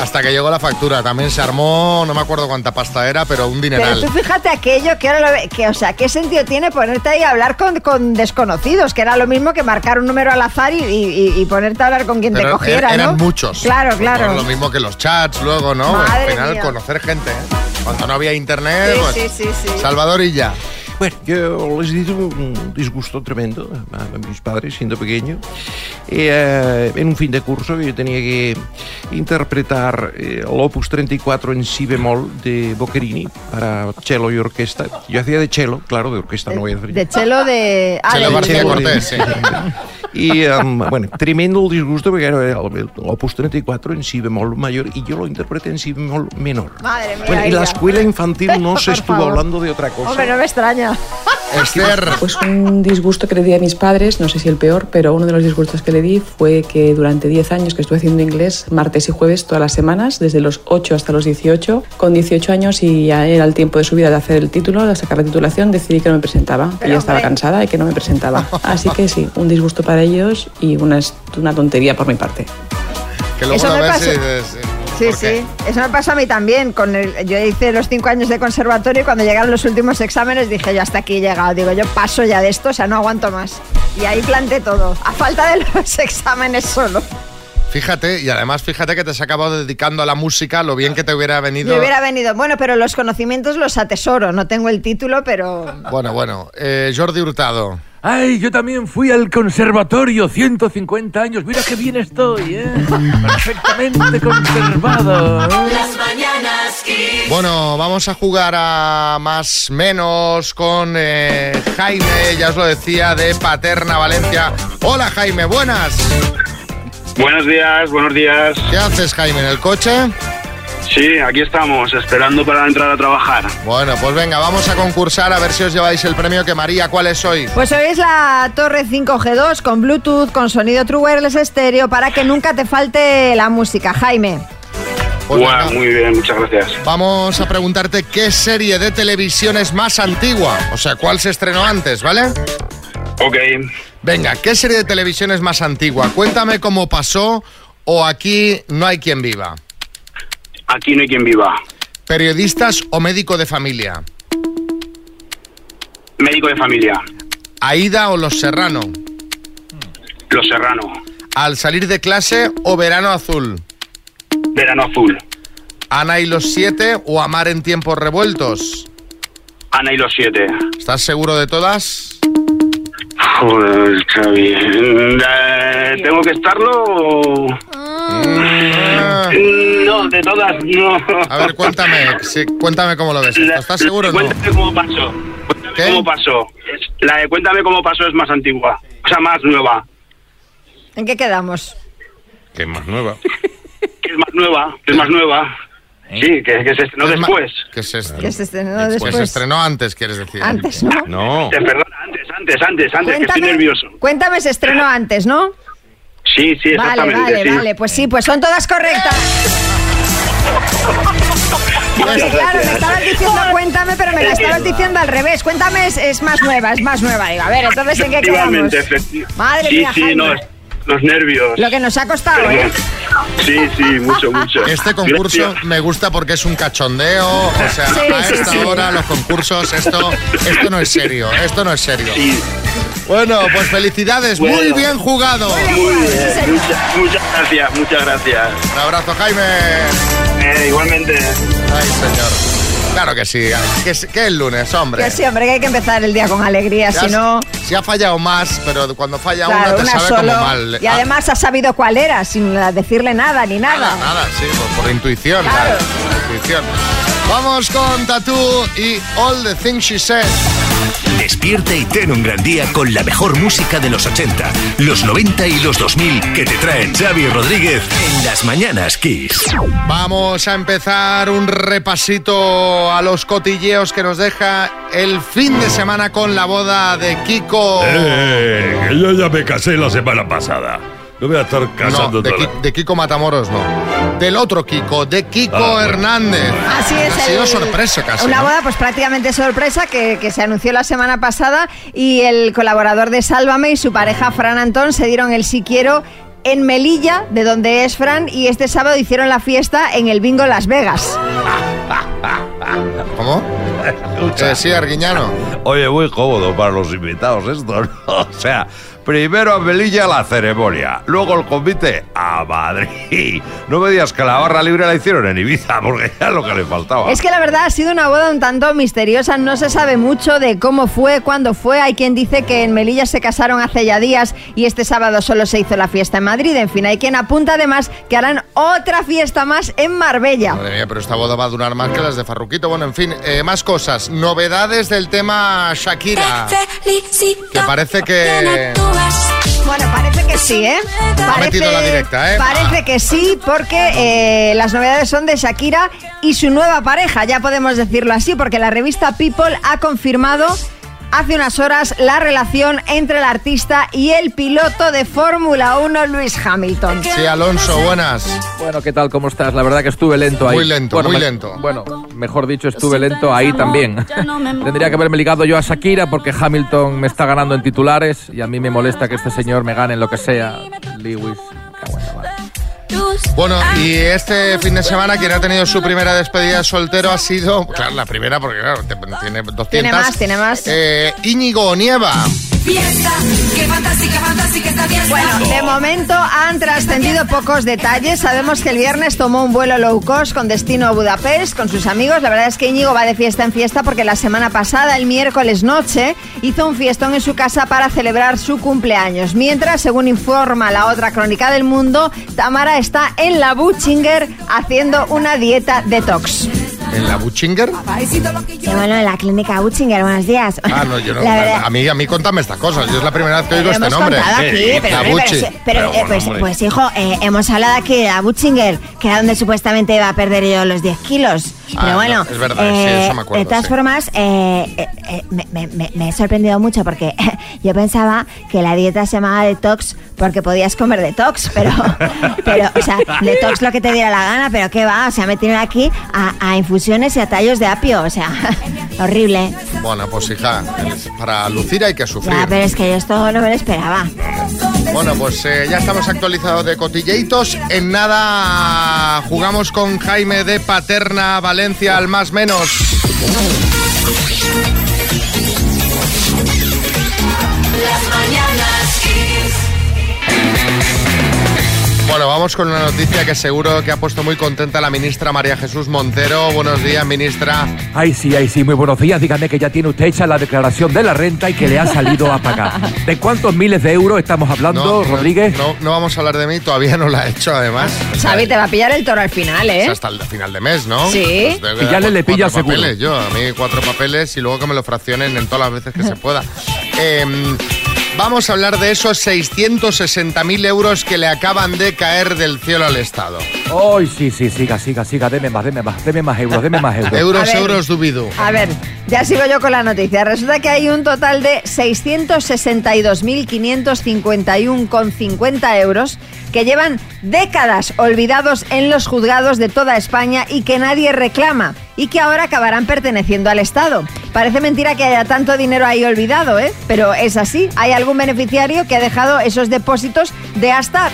hasta que llegó la factura. También se armó, no me acuerdo cuánta pasta era, pero un
Pero
dineral.
tú fíjate aquello que ahora lo ve- que, o sea, ¿qué sentido tiene ponerte ahí a hablar con, con desconocidos? Que era lo mismo que marcar un número al azar y, y- y- y ponerte a hablar con quien te
Pero
cogiera,
er- eran
¿no?
muchos.
Claro,
No es
claro.
Lo mismo que los chats luego, ¿no?
Madre
Al final,
mía.
conocer gente. ¿eh? Cuando no había internet,
Sí,
pues,
sí, sí, sí.
Salvador y ya.
Bueno, yo les di un disgusto tremendo a a mis padres siendo pequeño. Eh, en un fin de curso yo tenía que interpretar eh, el opus 34 en si bemol de Boccherini para cello y orquesta. Yo hacía de cello, claro, de orquesta no voy a hacer
De chelo de... ah, de-
García
de-
Cortés, Y em, bueno, tremendo el disgusto porque era el, el opus 34 en si bemol mayor y yo lo interpreté en si bemol menor.
Madre mía.
Bueno, y la
ella.
escuela infantil no se estuvo
favor.
hablando de otra cosa.
Hombre, no me extraña.
Esther.
Pues un disgusto que le di a mis padres, no sé si el peor, pero uno de los disgustos que le di fue que durante 10 años que estuve haciendo inglés, martes y jueves todas las semanas, desde los 8 hasta los 18, con 18 años y ya era el tiempo de su vida de hacer el título, de sacar la titulación, decidí que no me presentaba, que
Pero,
ya estaba
hombre.
cansada y que no me presentaba. Así que sí, un disgusto para ellos y una, est- una tontería por mi parte.
Que luego
Eso
lo
me
ves
pasó.
y dices,
Sí,
¿por
sí.
qué?
Eso me pasó a mí también. Con el, yo hice los cinco años de conservatorio y cuando llegaron los últimos exámenes dije yo hasta aquí he llegado. Digo yo paso ya de esto, o sea, no aguanto más. Y ahí planté todo. A falta de los exámenes solo.
Fíjate, y además fíjate que te has acabado dedicando a la música, lo bien que te hubiera venido.
Yo hubiera venido. Bueno, pero los conocimientos los atesoro. No tengo el título, pero.
Bueno, bueno, eh, Jordi Hurtado.
Ay, yo también fui al conservatorio 150 años. Mira qué bien estoy, ¿eh? Perfectamente conservado.
Las mañanas Kiss.
Bueno, vamos a jugar a más menos con eh, Jaime, ya os lo decía, de Paterna Valencia. Hola Jaime, buenas.
Buenos días, buenos días.
¿Qué haces Jaime en el coche?
Sí, aquí estamos, esperando para entrar a trabajar.
Bueno, pues venga, vamos a concursar a ver si os lleváis el premio que María, ¿cuál es hoy?
Pues hoy es la torre 5G2 con Bluetooth, con sonido True Wireless estéreo para que nunca te falte la música, Jaime.
Guau, muy bien, muchas gracias.
Pues Vamos a preguntarte qué serie de televisión es más antigua, o sea, cuál se estrenó antes, ¿vale?
Ok.
Venga, ¿qué serie de televisión es más antigua? Cuéntame cómo pasó o aquí no hay quien viva.
Aquí no hay quien viva.
Periodistas o médico de familia.
Médico de familia,
Aida o Los Serrano.
Los Serrano,
Al salir de clase o Verano Azul.
Verano Azul,
Ana y los siete o Amar en tiempos revueltos.
Ana y los siete.
¿Estás seguro de todas?
Joder, Xavi. Eh, ¿Tengo que estarlo o...? No, de todas, no.
Mm. A ver, cuéntame, sí, cuéntame cómo lo ves. Pues esto. ¿Estás seguro o no?
Cuéntame cómo pasó. Cuéntame cómo pasó. Es- La de Cuéntame cómo pasó es más antigua. O sea, más nueva.
¿En qué quedamos?
Que es más nueva. que es más nueva, que es más nueva. Sí, que, que se estrenó
Es ma-
después.
¿Qué es esto?
Que se estrenó
Pues se
después.
estrenó antes, quieres decir.
Antes, ¿no?
No. Eh, perdona, antes, antes, antes, antes, que estoy
Cuéntame.
nervioso.
Cuéntame, se estrenó antes, ¿no?
Sí, sí,
Vale,
exactamente.
vale,
sí.
vale. Pues sí, pues son todas correctas. Pues sí, claro, me estabas diciendo cuéntame, pero me la estabas diciendo al revés. Cuéntame es, es más nueva, es más nueva. Digo, a ver, entonces ¿en qué quedamos?
Efectivamente, efecti-
Madre
sí,
mía,
sí,
Jaime.
no, es- los nervios.
Lo que nos ha costado, ¿eh?
Perdón. Sí, sí, mucho, mucho.
Este concurso
Gracias.
me gusta porque es un cachondeo, o sea,
Sí,
a
sí,
esta
sí.
hora los concursos, esto, esto no es serio, esto no es serio. Bueno, pues felicidades, muy
Bueno.
bien jugado.
Muy bien, muchas, muchas gracias, muchas gracias. Eh,
Un abrazo, Jaime.
igualmente.
Ay, señor. Claro que sí, que, es- que es lunes, hombre.
Que sí, hombre, que hay que empezar el día con alegría,
Ya
si
has-
no,
Si ha fallado más, pero cuando falla
claro,
una te
una
sabe
solo.
como mal.
Y además has sabido cuál era, sin la- decirle nada ni
Ah, nada,
nada.
nada, sí, por, por intuición. claro, por intuición. Vamos con Tatú y All the Things She Said.
Despierte y ten un gran día con la mejor música de los 80, los 90 y los 2000 que te traen Xavi Rodríguez en las mañanas Kiss.
Vamos a empezar un repasito a los cotilleos que nos deja el fin de semana con la boda de Kiko.
Eh, que yo ya me casé la semana pasada. No voy a estar casando
No, de,
otra
Ki- de Kiko Matamoros no. Del otro Kiko, de Kiko
Ah, bueno.
Hernández.
Así es.
Ha sido
el-
sorpresa casi.
Una
¿no?
boda pues prácticamente sorpresa que, que se anunció la semana pasada y el colaborador de Sálvame y su pareja Fran Antón se dieron el si quiero en Melilla, de donde es Fran, y este sábado hicieron la fiesta en el Bingo Las Vegas.
¿Cómo?
Escucha.
Eh, sí, Arguiñano.
Oye, muy cómodo para los invitados esto, ¿no? O sea, primero a Melilla la ceremonia, luego el convite a Madrid. No me digas que la barra libre la hicieron en Ibiza, porque era lo que le faltaba.
Es que la verdad ha sido una boda un tanto misteriosa, no se sabe mucho de cómo fue, cuándo fue. Hay quien dice que en Melilla se casaron hace ya días y este sábado solo se hizo la fiesta en Madrid. En fin, hay quien apunta además que harán otra fiesta más en Marbella.
Madre mía, pero esta boda va a durar más que las de Farruquito. Bueno, en fin, eh, más cosas. Novedades del tema Shakira. Que parece que...
Bueno, parece que sí, ¿eh? Parece,
metido la directa, ¿eh?
Parece que sí, porque eh, las novedades son de Shakira y su nueva pareja, ya podemos decirlo así, porque la revista People ha confirmado hace unas horas la relación entre el artista y el piloto de Fórmula 1, Luis Hamilton.
Sí, Alonso, buenas.
Bueno, ¿qué tal? ¿Cómo estás? La verdad que estuve lento ahí.
Muy lento,
Bueno,
muy
me-
lento.
Bueno, mejor dicho, estuve lento ahí también. Tendría que haberme ligado yo a Shakira porque Hamilton me está ganando en titulares y a mí me molesta que este señor me gane en lo que sea. Lewis.
Bueno, y este fin de semana quien ha tenido su primera despedida de soltero ha sido, claro, la primera porque claro, te- tiene 200.
Tiene más, tiene más.
Eh, Íñigo Nieva.
Fiesta, qué fantástica, fantástica esta fiesta.
Bueno, de momento han trascendido pocos detalles. Sabemos que el viernes tomó un vuelo low cost con destino a Budapest con sus amigos. La verdad es que Íñigo va de fiesta en fiesta porque la semana pasada, el miércoles noche, hizo un fiestón en su casa para celebrar su cumpleaños. Mientras, según informa la otra crónica del mundo, Tamara está en la Buchinger haciendo una dieta detox.
¿En la Buchinger?
bueno, en la clínica Buchinger, buenos días.
Ah, no, yo no.
La verdad-
A mí, a mí contame estas cosas. Yo es la primera vez que oigo
Lo
este
hemos
nombre.
contado aquí,
Eh,
pero,
la
hombre,
Buchi.
pero se- pero, eh, pues,
hombre.
pues, hijo, eh, hemos hablado aquí de la Butchinger, que era donde supuestamente iba a perder yo los 10 kilos.
Ah,
pero bueno, eh,
no, es verdad, sí, eso me acuerdo,
de todas
sí.
formas, eh, eh, eh, me, me- me- me he sorprendido mucho porque yo pensaba que la dieta se llamaba detox porque podías comer detox, pero, pero o sea, detox lo que te diera la gana, pero qué va, o sea, me tienen aquí a, a infusiones y a tallos de apio, o sea, horrible.
Bueno, pues hija, para lucir hay que sufrir.
Ya, pero es que yo esto no me lo esperaba.
Bueno, pues eh, ya estamos actualizados de cotilleitos. En nada jugamos con Jaime de Paterna, Valencia, al más menos.
Las mañanas Kiss.
Bueno, vamos con una noticia que seguro que ha puesto muy contenta la ministra María Jesús Montero. Buenos días, ministra.
Ay, sí, ay, sí, muy buenos días. Dígame que ya tiene usted hecha la declaración de la renta y que le ha salido a pagar. ¿De cuántos miles de euros estamos hablando, Rodríguez?
No, no vamos a hablar de mí, todavía no la he hecho, además.
Xavi, te va a pillar el toro al final,
O
¿eh?
sea, hasta el final de mes, ¿no? Pues
Sí.
de-
Y ya le- le
cuatro
pilla seguro.
papeles, yo, a mí cuatro papeles y luego que me lo fraccionen en todas las veces que se pueda. Em, vamos a hablar de esos 660.000 euros que le acaban de caer del cielo al Estado.
Ay, sí, sí, siga, siga, siga. Deme más, deme más, deme más euros, deme más euros.
Euros, A ver. euros,
dubido.
A ver, ya sigo yo con la noticia. Resulta que hay un total de 662.551,50 euros que llevan décadas olvidados en los juzgados de toda España y que nadie reclama y que ahora acabarán perteneciendo al Estado. Parece mentira que haya tanto dinero ahí olvidado, ¿eh? Pero es así. Hay algún beneficiario que ha dejado esos depósitos de hasta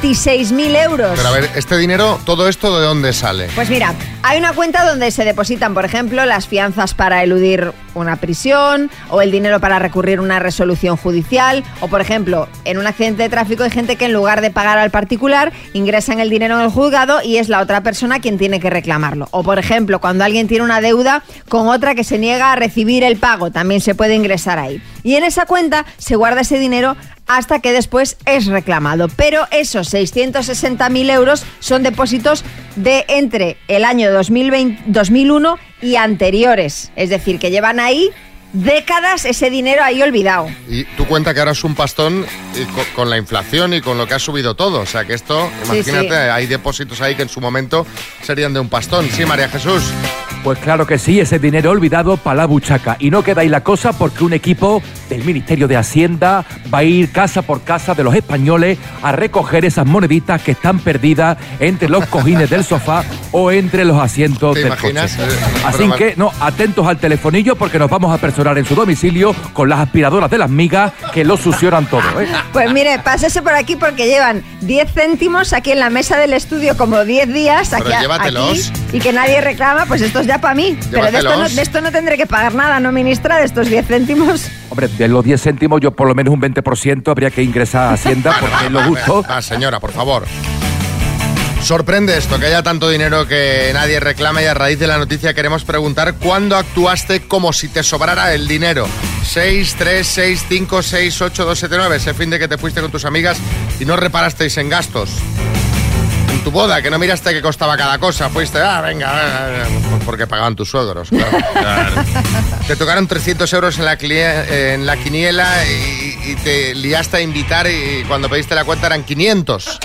26.000 euros.
Pero a ver, este dinero, todo esto, ¿de dónde sale?
Pues mira, hay una cuenta donde se depositan, por ejemplo, las fianzas para eludir una prisión o el dinero para recurrir a una resolución judicial o, por ejemplo, en un accidente de tráfico hay gente que en lugar de pagar al particular ingresan el dinero en el juzgado y es la otra persona quien tiene que reclamarlo. O, por ejemplo, cuando alguien tiene una deuda con otra que se niega a recibir el pago, también se puede ingresar ahí. Y en esa cuenta se guarda ese dinero hasta que después es reclamado. Pero esos 660.000 euros son depósitos de entre el año 2020 2001 y anteriores. Es decir, que llevan ahí décadas ese dinero ahí olvidado.
Y tú cuenta que ahora es un pastón y co- con, la inflación y con lo que ha subido todo. O sea, que esto,
Sí,
imagínate,
sí.
hay depósitos ahí que en su momento serían de un pastón. Sí, María Jesús.
Pues claro que sí, ese dinero olvidado para la buchaca. Y no queda ahí la cosa porque un equipo del Ministerio de Hacienda va a ir casa por casa de los españoles a recoger esas moneditas que están perdidas entre los cojines del sofá o entre los asientos
¿Te
del
imaginas?
coche.
Eh,
Así
broma.
que, no, atentos al telefonillo porque nos vamos a personar en su domicilio con las aspiradoras de las migas que lo succionan todo. ¿eh?
Pues mire, pásese por aquí porque llevan 10 céntimos aquí en la mesa del estudio como 10 días
Pero
aquí, a-
llévatelos.
aquí, y que nadie reclama, pues esto es ya para mí. Pero de esto, no,
Llévatelos.
de esto no tendré que pagar nada, ¿no, ministra? De estos 10 céntimos.
Hombre, de los 10 céntimos yo por lo menos un 20% habría que ingresar a Hacienda porque es lo justo.
Ah, señora, por favor. Sorprende esto, que haya tanto dinero que nadie reclama y a raíz de la noticia queremos preguntar cuándo actuaste como si te sobrara el dinero. 6, 3, 6, 5, 6, 8, 2, 7, 9. Ese fin de que te fuiste con tus amigas y no reparasteis en gastos. En tu boda, que no miraste que costaba cada cosa. Fuiste, ah, venga, ah, ah", porque pagaban tus suegros, claro. Te tocaron 300 euros en la, cli- eh, en la quiniela y, y te liaste a invitar y cuando pediste la cuenta eran 500.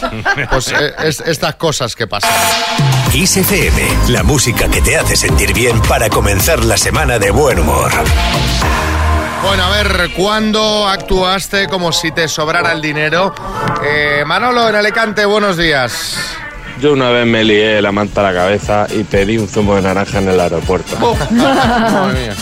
Pues eh, es- estas cosas que pasan.
Kiss FM, la música que te hace sentir bien para comenzar la semana de buen humor.
Bueno, a ver, ¿cuándo actuaste como si te sobrara el dinero? Eh, Manolo, en Alicante, buenos días.
Yo una vez me lié la manta a la cabeza y pedí un zumo de naranja en el aeropuerto.
Madre mía.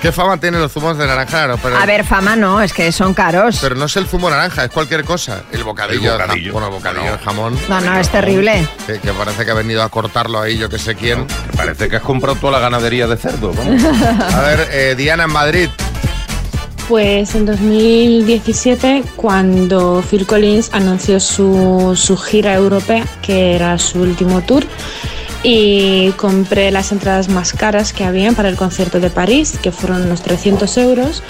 ¿Qué fama tienen los zumos de naranja? No, pero,
A ver, fama no, es que son caros.
pero no es el zumo naranja, es cualquier cosa. El bocadillo, de jam- bueno, el bocadillo de jamón.
No, no, es terrible.
Que, que parece que ha venido a cortarlo ahí, yo que sé quién.
Parece que has comprado toda la ganadería de cerdo. vamos.
A ver, eh, Diana en Madrid.
Pues en 2017, cuando Phil Collins anunció su, su gira europea, que era su último tour, y compré las entradas más caras que habían para el concierto de París, que fueron unos 300 euros,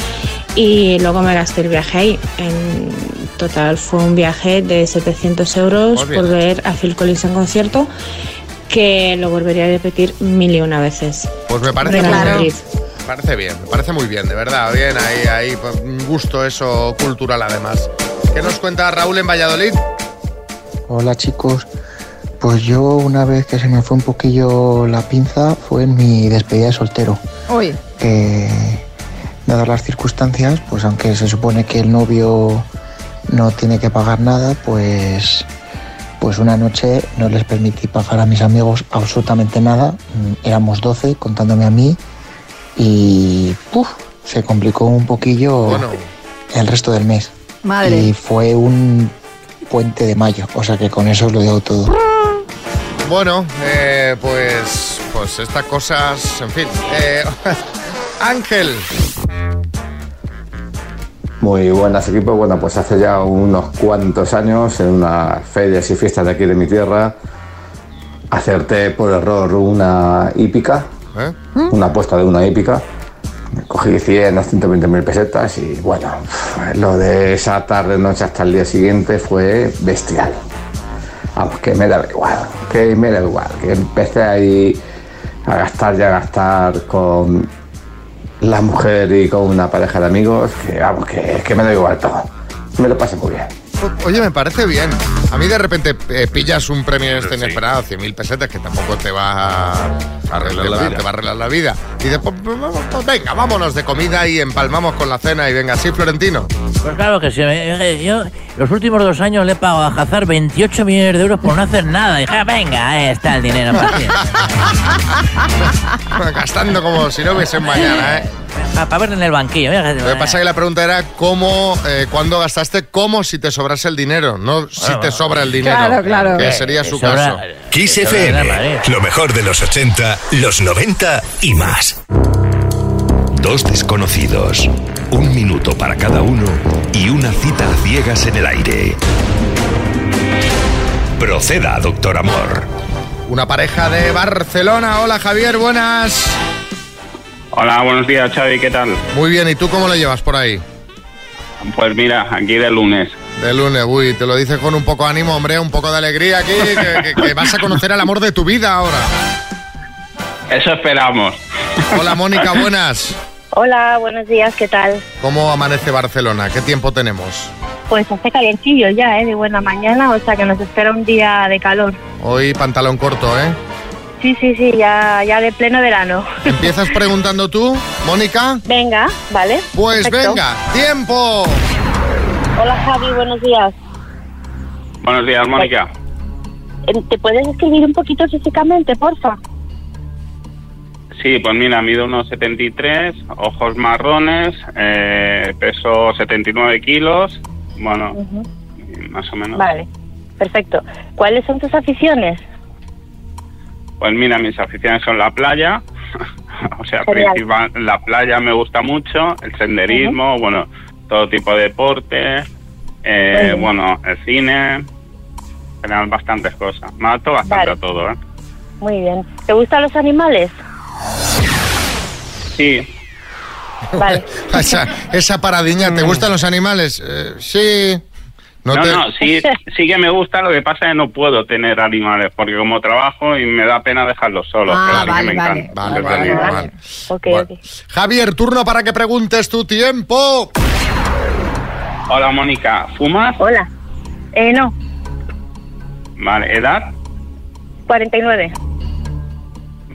y luego me gasté el viaje ahí. En total fue un viaje de 700 euros
Muy bien.
por ver a Phil Collins en concierto, que lo volvería a repetir mil y una veces.
Pues me parece
Real
muy
Madrid.
bien. Me parece bien, me parece muy bien, de verdad. Bien, ahí, ahí, pues, un gusto eso cultural además. ¿Qué nos cuenta Raúl en Valladolid?
Hola chicos, pues yo una vez que se me fue un poquillo la pinza fue en mi despedida de soltero,
Hoy.
que dadas las circunstancias, pues aunque se supone que el novio no tiene que pagar nada, pues pues una noche no les permití pagar a mis amigos absolutamente nada, Mm, éramos 12 contándome a mí y ¡puf! se complicó un poquillo el resto del mes.
Madre.
Y fue un puente de mayo, o sea que con eso os lo digo todo.
Bueno, eh, pues, pues estas cosas, en fin. Eh, Ángel,
Muy buenas equipo. Bueno, pues hace ya unos cuantos años, en unas ferias y fiestas de aquí de mi tierra, acerté por error una hípica,
¿Eh?
una apuesta de una hípica. Cogí 100 a 120 mil pesetas y bueno, lo de esa tarde, noche hasta el día siguiente fue bestial. Vamos, que me daba igual, que me daba igual, que empecé ahí a gastar y a gastar con la mujer y con una pareja de amigos, que vamos, que, que me da igual todo. Me lo pasé muy bien.
o- oye, me parece bien. A mí de repente eh, pillas un premio este inesperado, 100.000 pesetas, que tampoco te va a
Arreglar
te
la
va-
vida.
te va a arreglar la vida. Y dices, pues, pues, vamos, pues, venga, vámonos de comida y empalmamos con la cena y venga, sí, Florentino.
Pues claro que sí. eh, eh, Yo los últimos dos años le he pagado a Hazard 28 millones de euros por no hacer nada. Dije, "Ah, venga, ahí está el dinero. Para
Gastando como si no hubiese un mañana, ¿eh?
verlo en el banquillo. mira,
Lo que pasa es que la pregunta era cómo, eh, cuándo gastaste, cómo si te sobrase el dinero, no si te sobra el dinero.
Claro, claro.
Eh,
Que sería su
Sobra-
caso.
Kiss FM, lo mejor de los 80, los 90 y más. Dos desconocidos, un minuto para cada uno y una cita a ciegas en el aire. Proceda, doctor amor.
Una pareja de Barcelona. Hola Javier, buenas.
Hola, buenos días, Xavi, ¿qué tal?
Muy bien, ¿y tú cómo lo llevas por ahí?
Pues mira, aquí de lunes.
De lunes, uy, te lo dices con un poco de ánimo, hombre, un poco de alegría aquí, que, que- que vas a conocer al amor de tu vida ahora.
Eso esperamos.
Hola Mónica, buenas.
Hola, buenos días, ¿qué tal?
¿Cómo amanece Barcelona? ¿Qué tiempo tenemos?
Pues hace calentillo ya, ¿eh? De buena mañana, o sea que nos espera un día de calor.
Hoy pantalón corto, ¿eh?
Sí, sí, sí, ya, ya de pleno verano.
¿Empiezas preguntando tú, Mónica?
Venga, ¿vale?
Pues
Perfecto.
venga, tiempo.
Hola, Javi, buenos días.
Buenos días, Mónica.
Eh, ¿Te puedes escribir un poquito físicamente, porfa?
Sí, pues mira, mido unos 73, ojos marrones, eh, peso 79 kilos, bueno,
Ujú.
más o menos.
Vale, perfecto. ¿Cuáles son tus aficiones?
Pues mira, mis aficiones son la playa, o sea,
Genial.
principal, la playa me gusta mucho, el senderismo, bueno, todo tipo de deporte, eh,
Muy bien.
bueno, el cine, en general bastantes cosas. Me adapto bastante
Vale.
a todo, ¿eh?
Muy bien. ¿Te gustan los animales?
Sí,
Vale.
esa, esa paradiña,
Mm.
¿te gustan los animales? Eh, sí.
No, no,
te-
sí, sí que me gusta, lo que pasa es que no puedo tener animales, porque como trabajo y me da pena dejarlos solos,
Ah,
pero sí que
vale,
me
vale.
encanta.
Vale,
Los
vale,
animales.
vale. Javier, turno para que preguntes tu tiempo.
Hola, Mónica, ¿fumas?
Hola. Eh, no,
Vale, ¿edad?
49.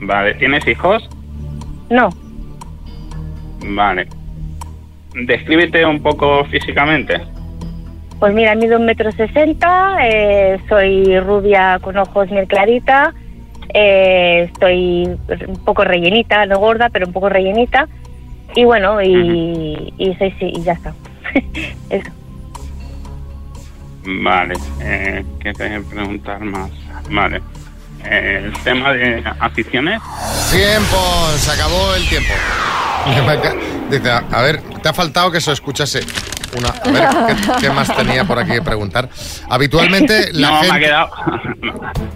Vale, ¿tienes hijos?
No,
Vale. descríbete un poco físicamente.
Pues mira, mido un metro sesenta, eh, soy rubia con ojos bien clarita, eh, estoy un poco rellenita, no gorda, pero un poco rellenita. Y bueno, y, y soy sí, y ya está. Eso.
Vale, eh, ¿qué te voy a preguntar más? Vale. Eh, El tema de aficiones.
Tiempo, se acabó el tiempo. Dice, a- a ver, te ha faltado que se escuchase una. A ver, ¿qué, qué más tenía por aquí que preguntar? Habitualmente la
no,
gente.
me ha quedado,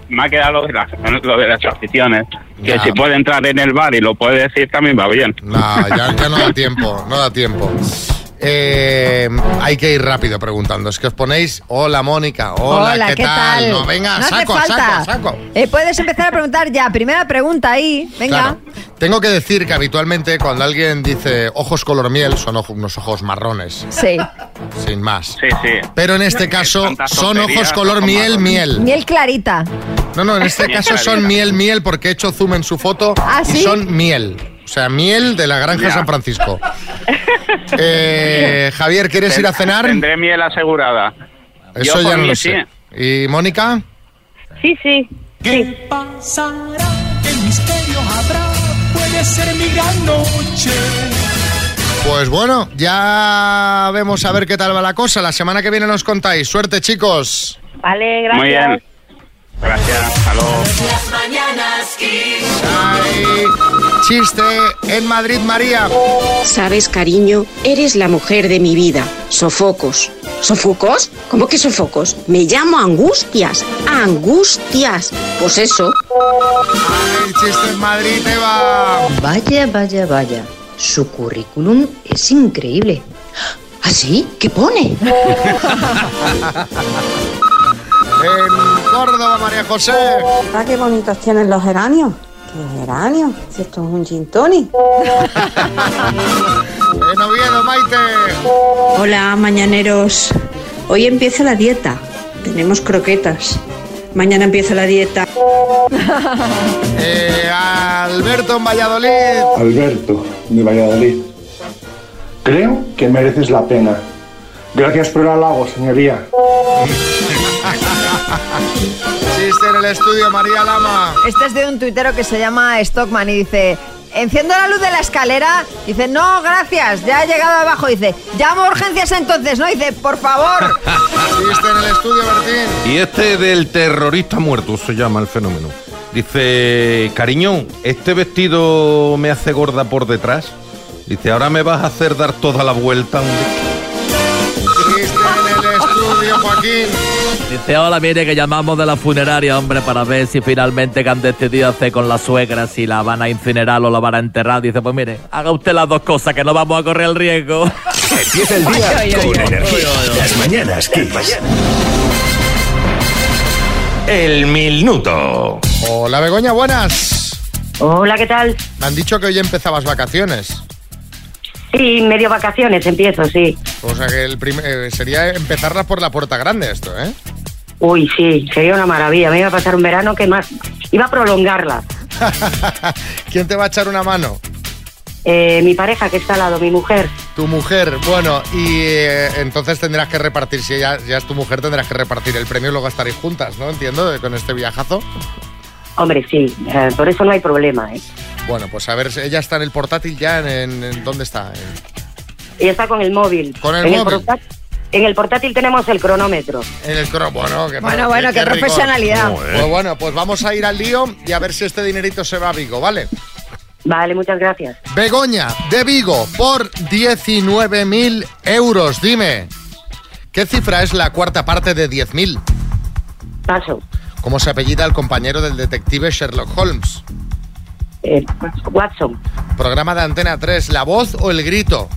me ha quedado lo, de las, lo de las aficiones. Que
Ya.
si puede entrar en el bar y lo puede decir también va bien.
No, Ah, ya, ya no da tiempo, no da tiempo. Eh, hay que ir rápido preguntando. Es que os ponéis, hola Mónica, hola, ¿qué, tal? No, venga,
No hace
saco,
falta.
saco, saco.
Eh, puedes empezar a preguntar ya. Primera pregunta ahí.
Claro.
Venga.
Tengo que decir que habitualmente cuando alguien dice ojos color miel son ojo- unos ojos marrones,
Sí.
sin más.
Sí, sí.
Pero en este caso son
tonterías,
ojos color
ojo
miel, miel.
Miel clarita.
No, no, en este
Miel
caso son
clarita.
miel, miel porque he hecho zoom en su foto
¿Ah,
y
sí?
son miel. O sea, miel de la granja
Ya.
San Francisco. Eh, Javier, ¿quieres
Ten-
ir a cenar?
Tendré miel asegurada.
Eso
Yo
ya
por
no
mí
lo
sí.
sé. ¿Y Mónica?
Sí, sí.
¿Qué pasará? ¿Qué misterio habrá? Puede ser mi gran noche.
Pues bueno, ya vemos a ver qué tal va la cosa. La semana que viene nos contáis. Suerte, chicos.
Vale, gracias.
Muy bien. Gracias. Hasta luego.
Las mañanas Kiss.
Chiste en Madrid, María.
Sabes, cariño, eres la mujer de mi vida. Sofocos. ¿Sofocos? ¿Cómo que sofocos? Me llamo Angustias. Angustias. Pues eso.
El chiste en Madrid te va.
Vaya, vaya, vaya. Su currículum es increíble. ¿Ah, sí? ¿Qué pone?
En Córdoba, María José.
Ah, qué bonitos tienen los geranios. ¿Qué geranios? Si esto es un gin tonic.
En Oviedo, Maite.
Hola, mañaneros. Hoy empieza la dieta. Tenemos croquetas. Mañana empieza la dieta.
Eh, Alberto en Valladolid.
Alberto, de Valladolid. Creo que mereces la pena. Gracias por el halago, señoría.
Chiste en el estudio, María Lama.
Este es de un tuitero que se llama Stockman y dice, enciendo la luz de la escalera, dice, no, gracias, ya he llegado abajo, dice, llamo a urgencias entonces, ¿no? Dice, por favor.
Chiste en el estudio, Martín.
Y este del terrorista muerto se llama el fenómeno. Dice, cariño, ¿este vestido me hace gorda por detrás? Dice, ahora me vas a hacer dar toda la vuelta. hombre".
Chiste en el estudio, Joaquín.
Dice, hola, mire que llamamos de la funeraria, hombre, para ver si finalmente que han decidido hacer con la suegra, si la van a incinerar o la van a enterrar. Dice, pues mire, haga usted las dos cosas, que no vamos a correr el riesgo.
Empieza el día
Ay, ay, ay,
con
ay.
energía.
Ay, ay, ay.
Las mañanas Kiss. El minuto.
Hola, Begoña, buenas.
Hola, ¿qué tal?
Me han dicho que hoy empezabas vacaciones.
Sí, medio vacaciones empiezo, sí.
O sea que el prim- eh, sería empezarlas por la puerta grande esto, ¿eh?
Uy, sí, sería una maravilla. Me iba a pasar un verano que más... Iba a prolongarla.
¿Quién te va a echar una mano?
Eh, mi pareja que está al lado, mi mujer.
Tu mujer, bueno, y eh, entonces tendrás que repartir, si ya, ya es tu mujer, tendrás que repartir el premio y luego estaréis juntas, ¿no? Entiendo, de- con este viajazo.
Hombre, sí, eh, por eso no hay problema. ¿eh?
Bueno, pues a ver, ella está en el portátil ya, en, en- en- ¿dónde está?
Ella está con el móvil.
Con el
en
móvil.
El portátil, en el portátil tenemos el cronómetro.
En, en el cromo, ¿no? Que-
Bueno, bueno, qué
rigor.
profesionalidad. Joder.
Pues bueno, pues vamos a ir al lío y a ver si este dinerito se va a Vigo, ¿vale?
Vale, muchas gracias.
Begoña de Vigo por 19.000 euros. Dime, ¿qué cifra es la cuarta parte de 10.000?
Paso.
¿Cómo se apellida el compañero del detective Sherlock Holmes?
Eh, Watson.
Programa de Antena 3, ¿La voz o el grito?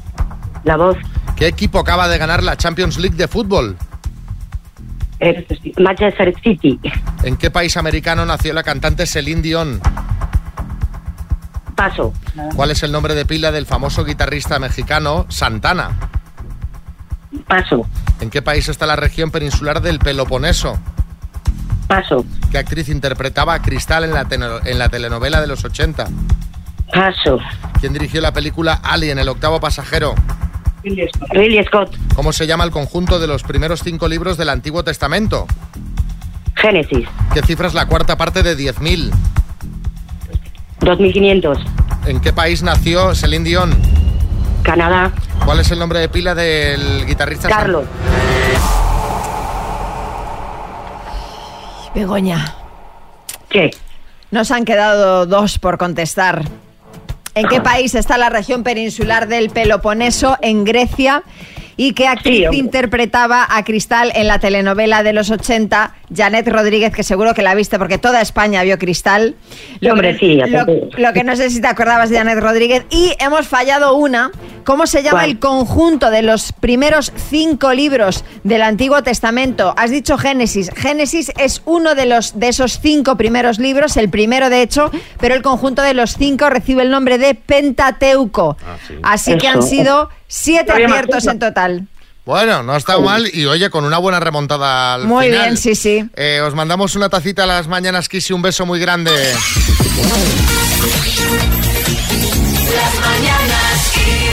La voz.
¿Qué equipo acaba de ganar la Champions League de fútbol?
Eh, Manchester City.
¿En qué país americano nació la cantante Celine Dion?
Paso.
¿Cuál es el nombre de pila del famoso guitarrista mexicano Santana?
Paso.
¿En qué país está la región peninsular del Peloponeso?
Paso.
¿Qué actriz interpretaba a Cristal en la, teno- en la telenovela de los 80?
Paso.
¿Quién dirigió la película Alien, el octavo pasajero?
Ridley Scott.
¿Cómo se llama el conjunto de los primeros cinco libros del Antiguo Testamento?
Génesis.
¿Qué cifra es la cuarta parte de 10.000?
2.500.
¿En qué país nació Celine Dion?
Canadá.
¿Cuál es el nombre de pila del guitarrista?
Carlos.
Begoña.
¿Qué?
Nos han quedado dos por contestar. ¿En qué país está la región peninsular del Peloponeso? En Grecia. ¿Y qué actriz
hombre.
interpretaba a Cristal en la telenovela de los 80? Janet Rodríguez, que seguro que la viste porque toda España vio Cristal.
Sí, hombre, sí, ya te
lo,
digo.
lo que no sé si te acordabas de Janet Rodríguez. Y hemos fallado una. ¿Cómo se llama
¿Cuál?
el conjunto de los primeros cinco libros del Antiguo Testamento? Has dicho Génesis. Génesis es uno de, los, de esos cinco primeros libros, el primero de hecho, pero el conjunto de los cinco recibe el nombre de Pentateuco. Así que han
Eso.
sido siete
Oye,
aciertos
Martín,
en total.
Bueno, no ha estado mal y oye, con una buena remontada al
Muy
final.
bien, sí, sí.
Eh, os mandamos una tacita a las mañanas, Kiss, y un beso muy grande.
Las mañanas Kiss.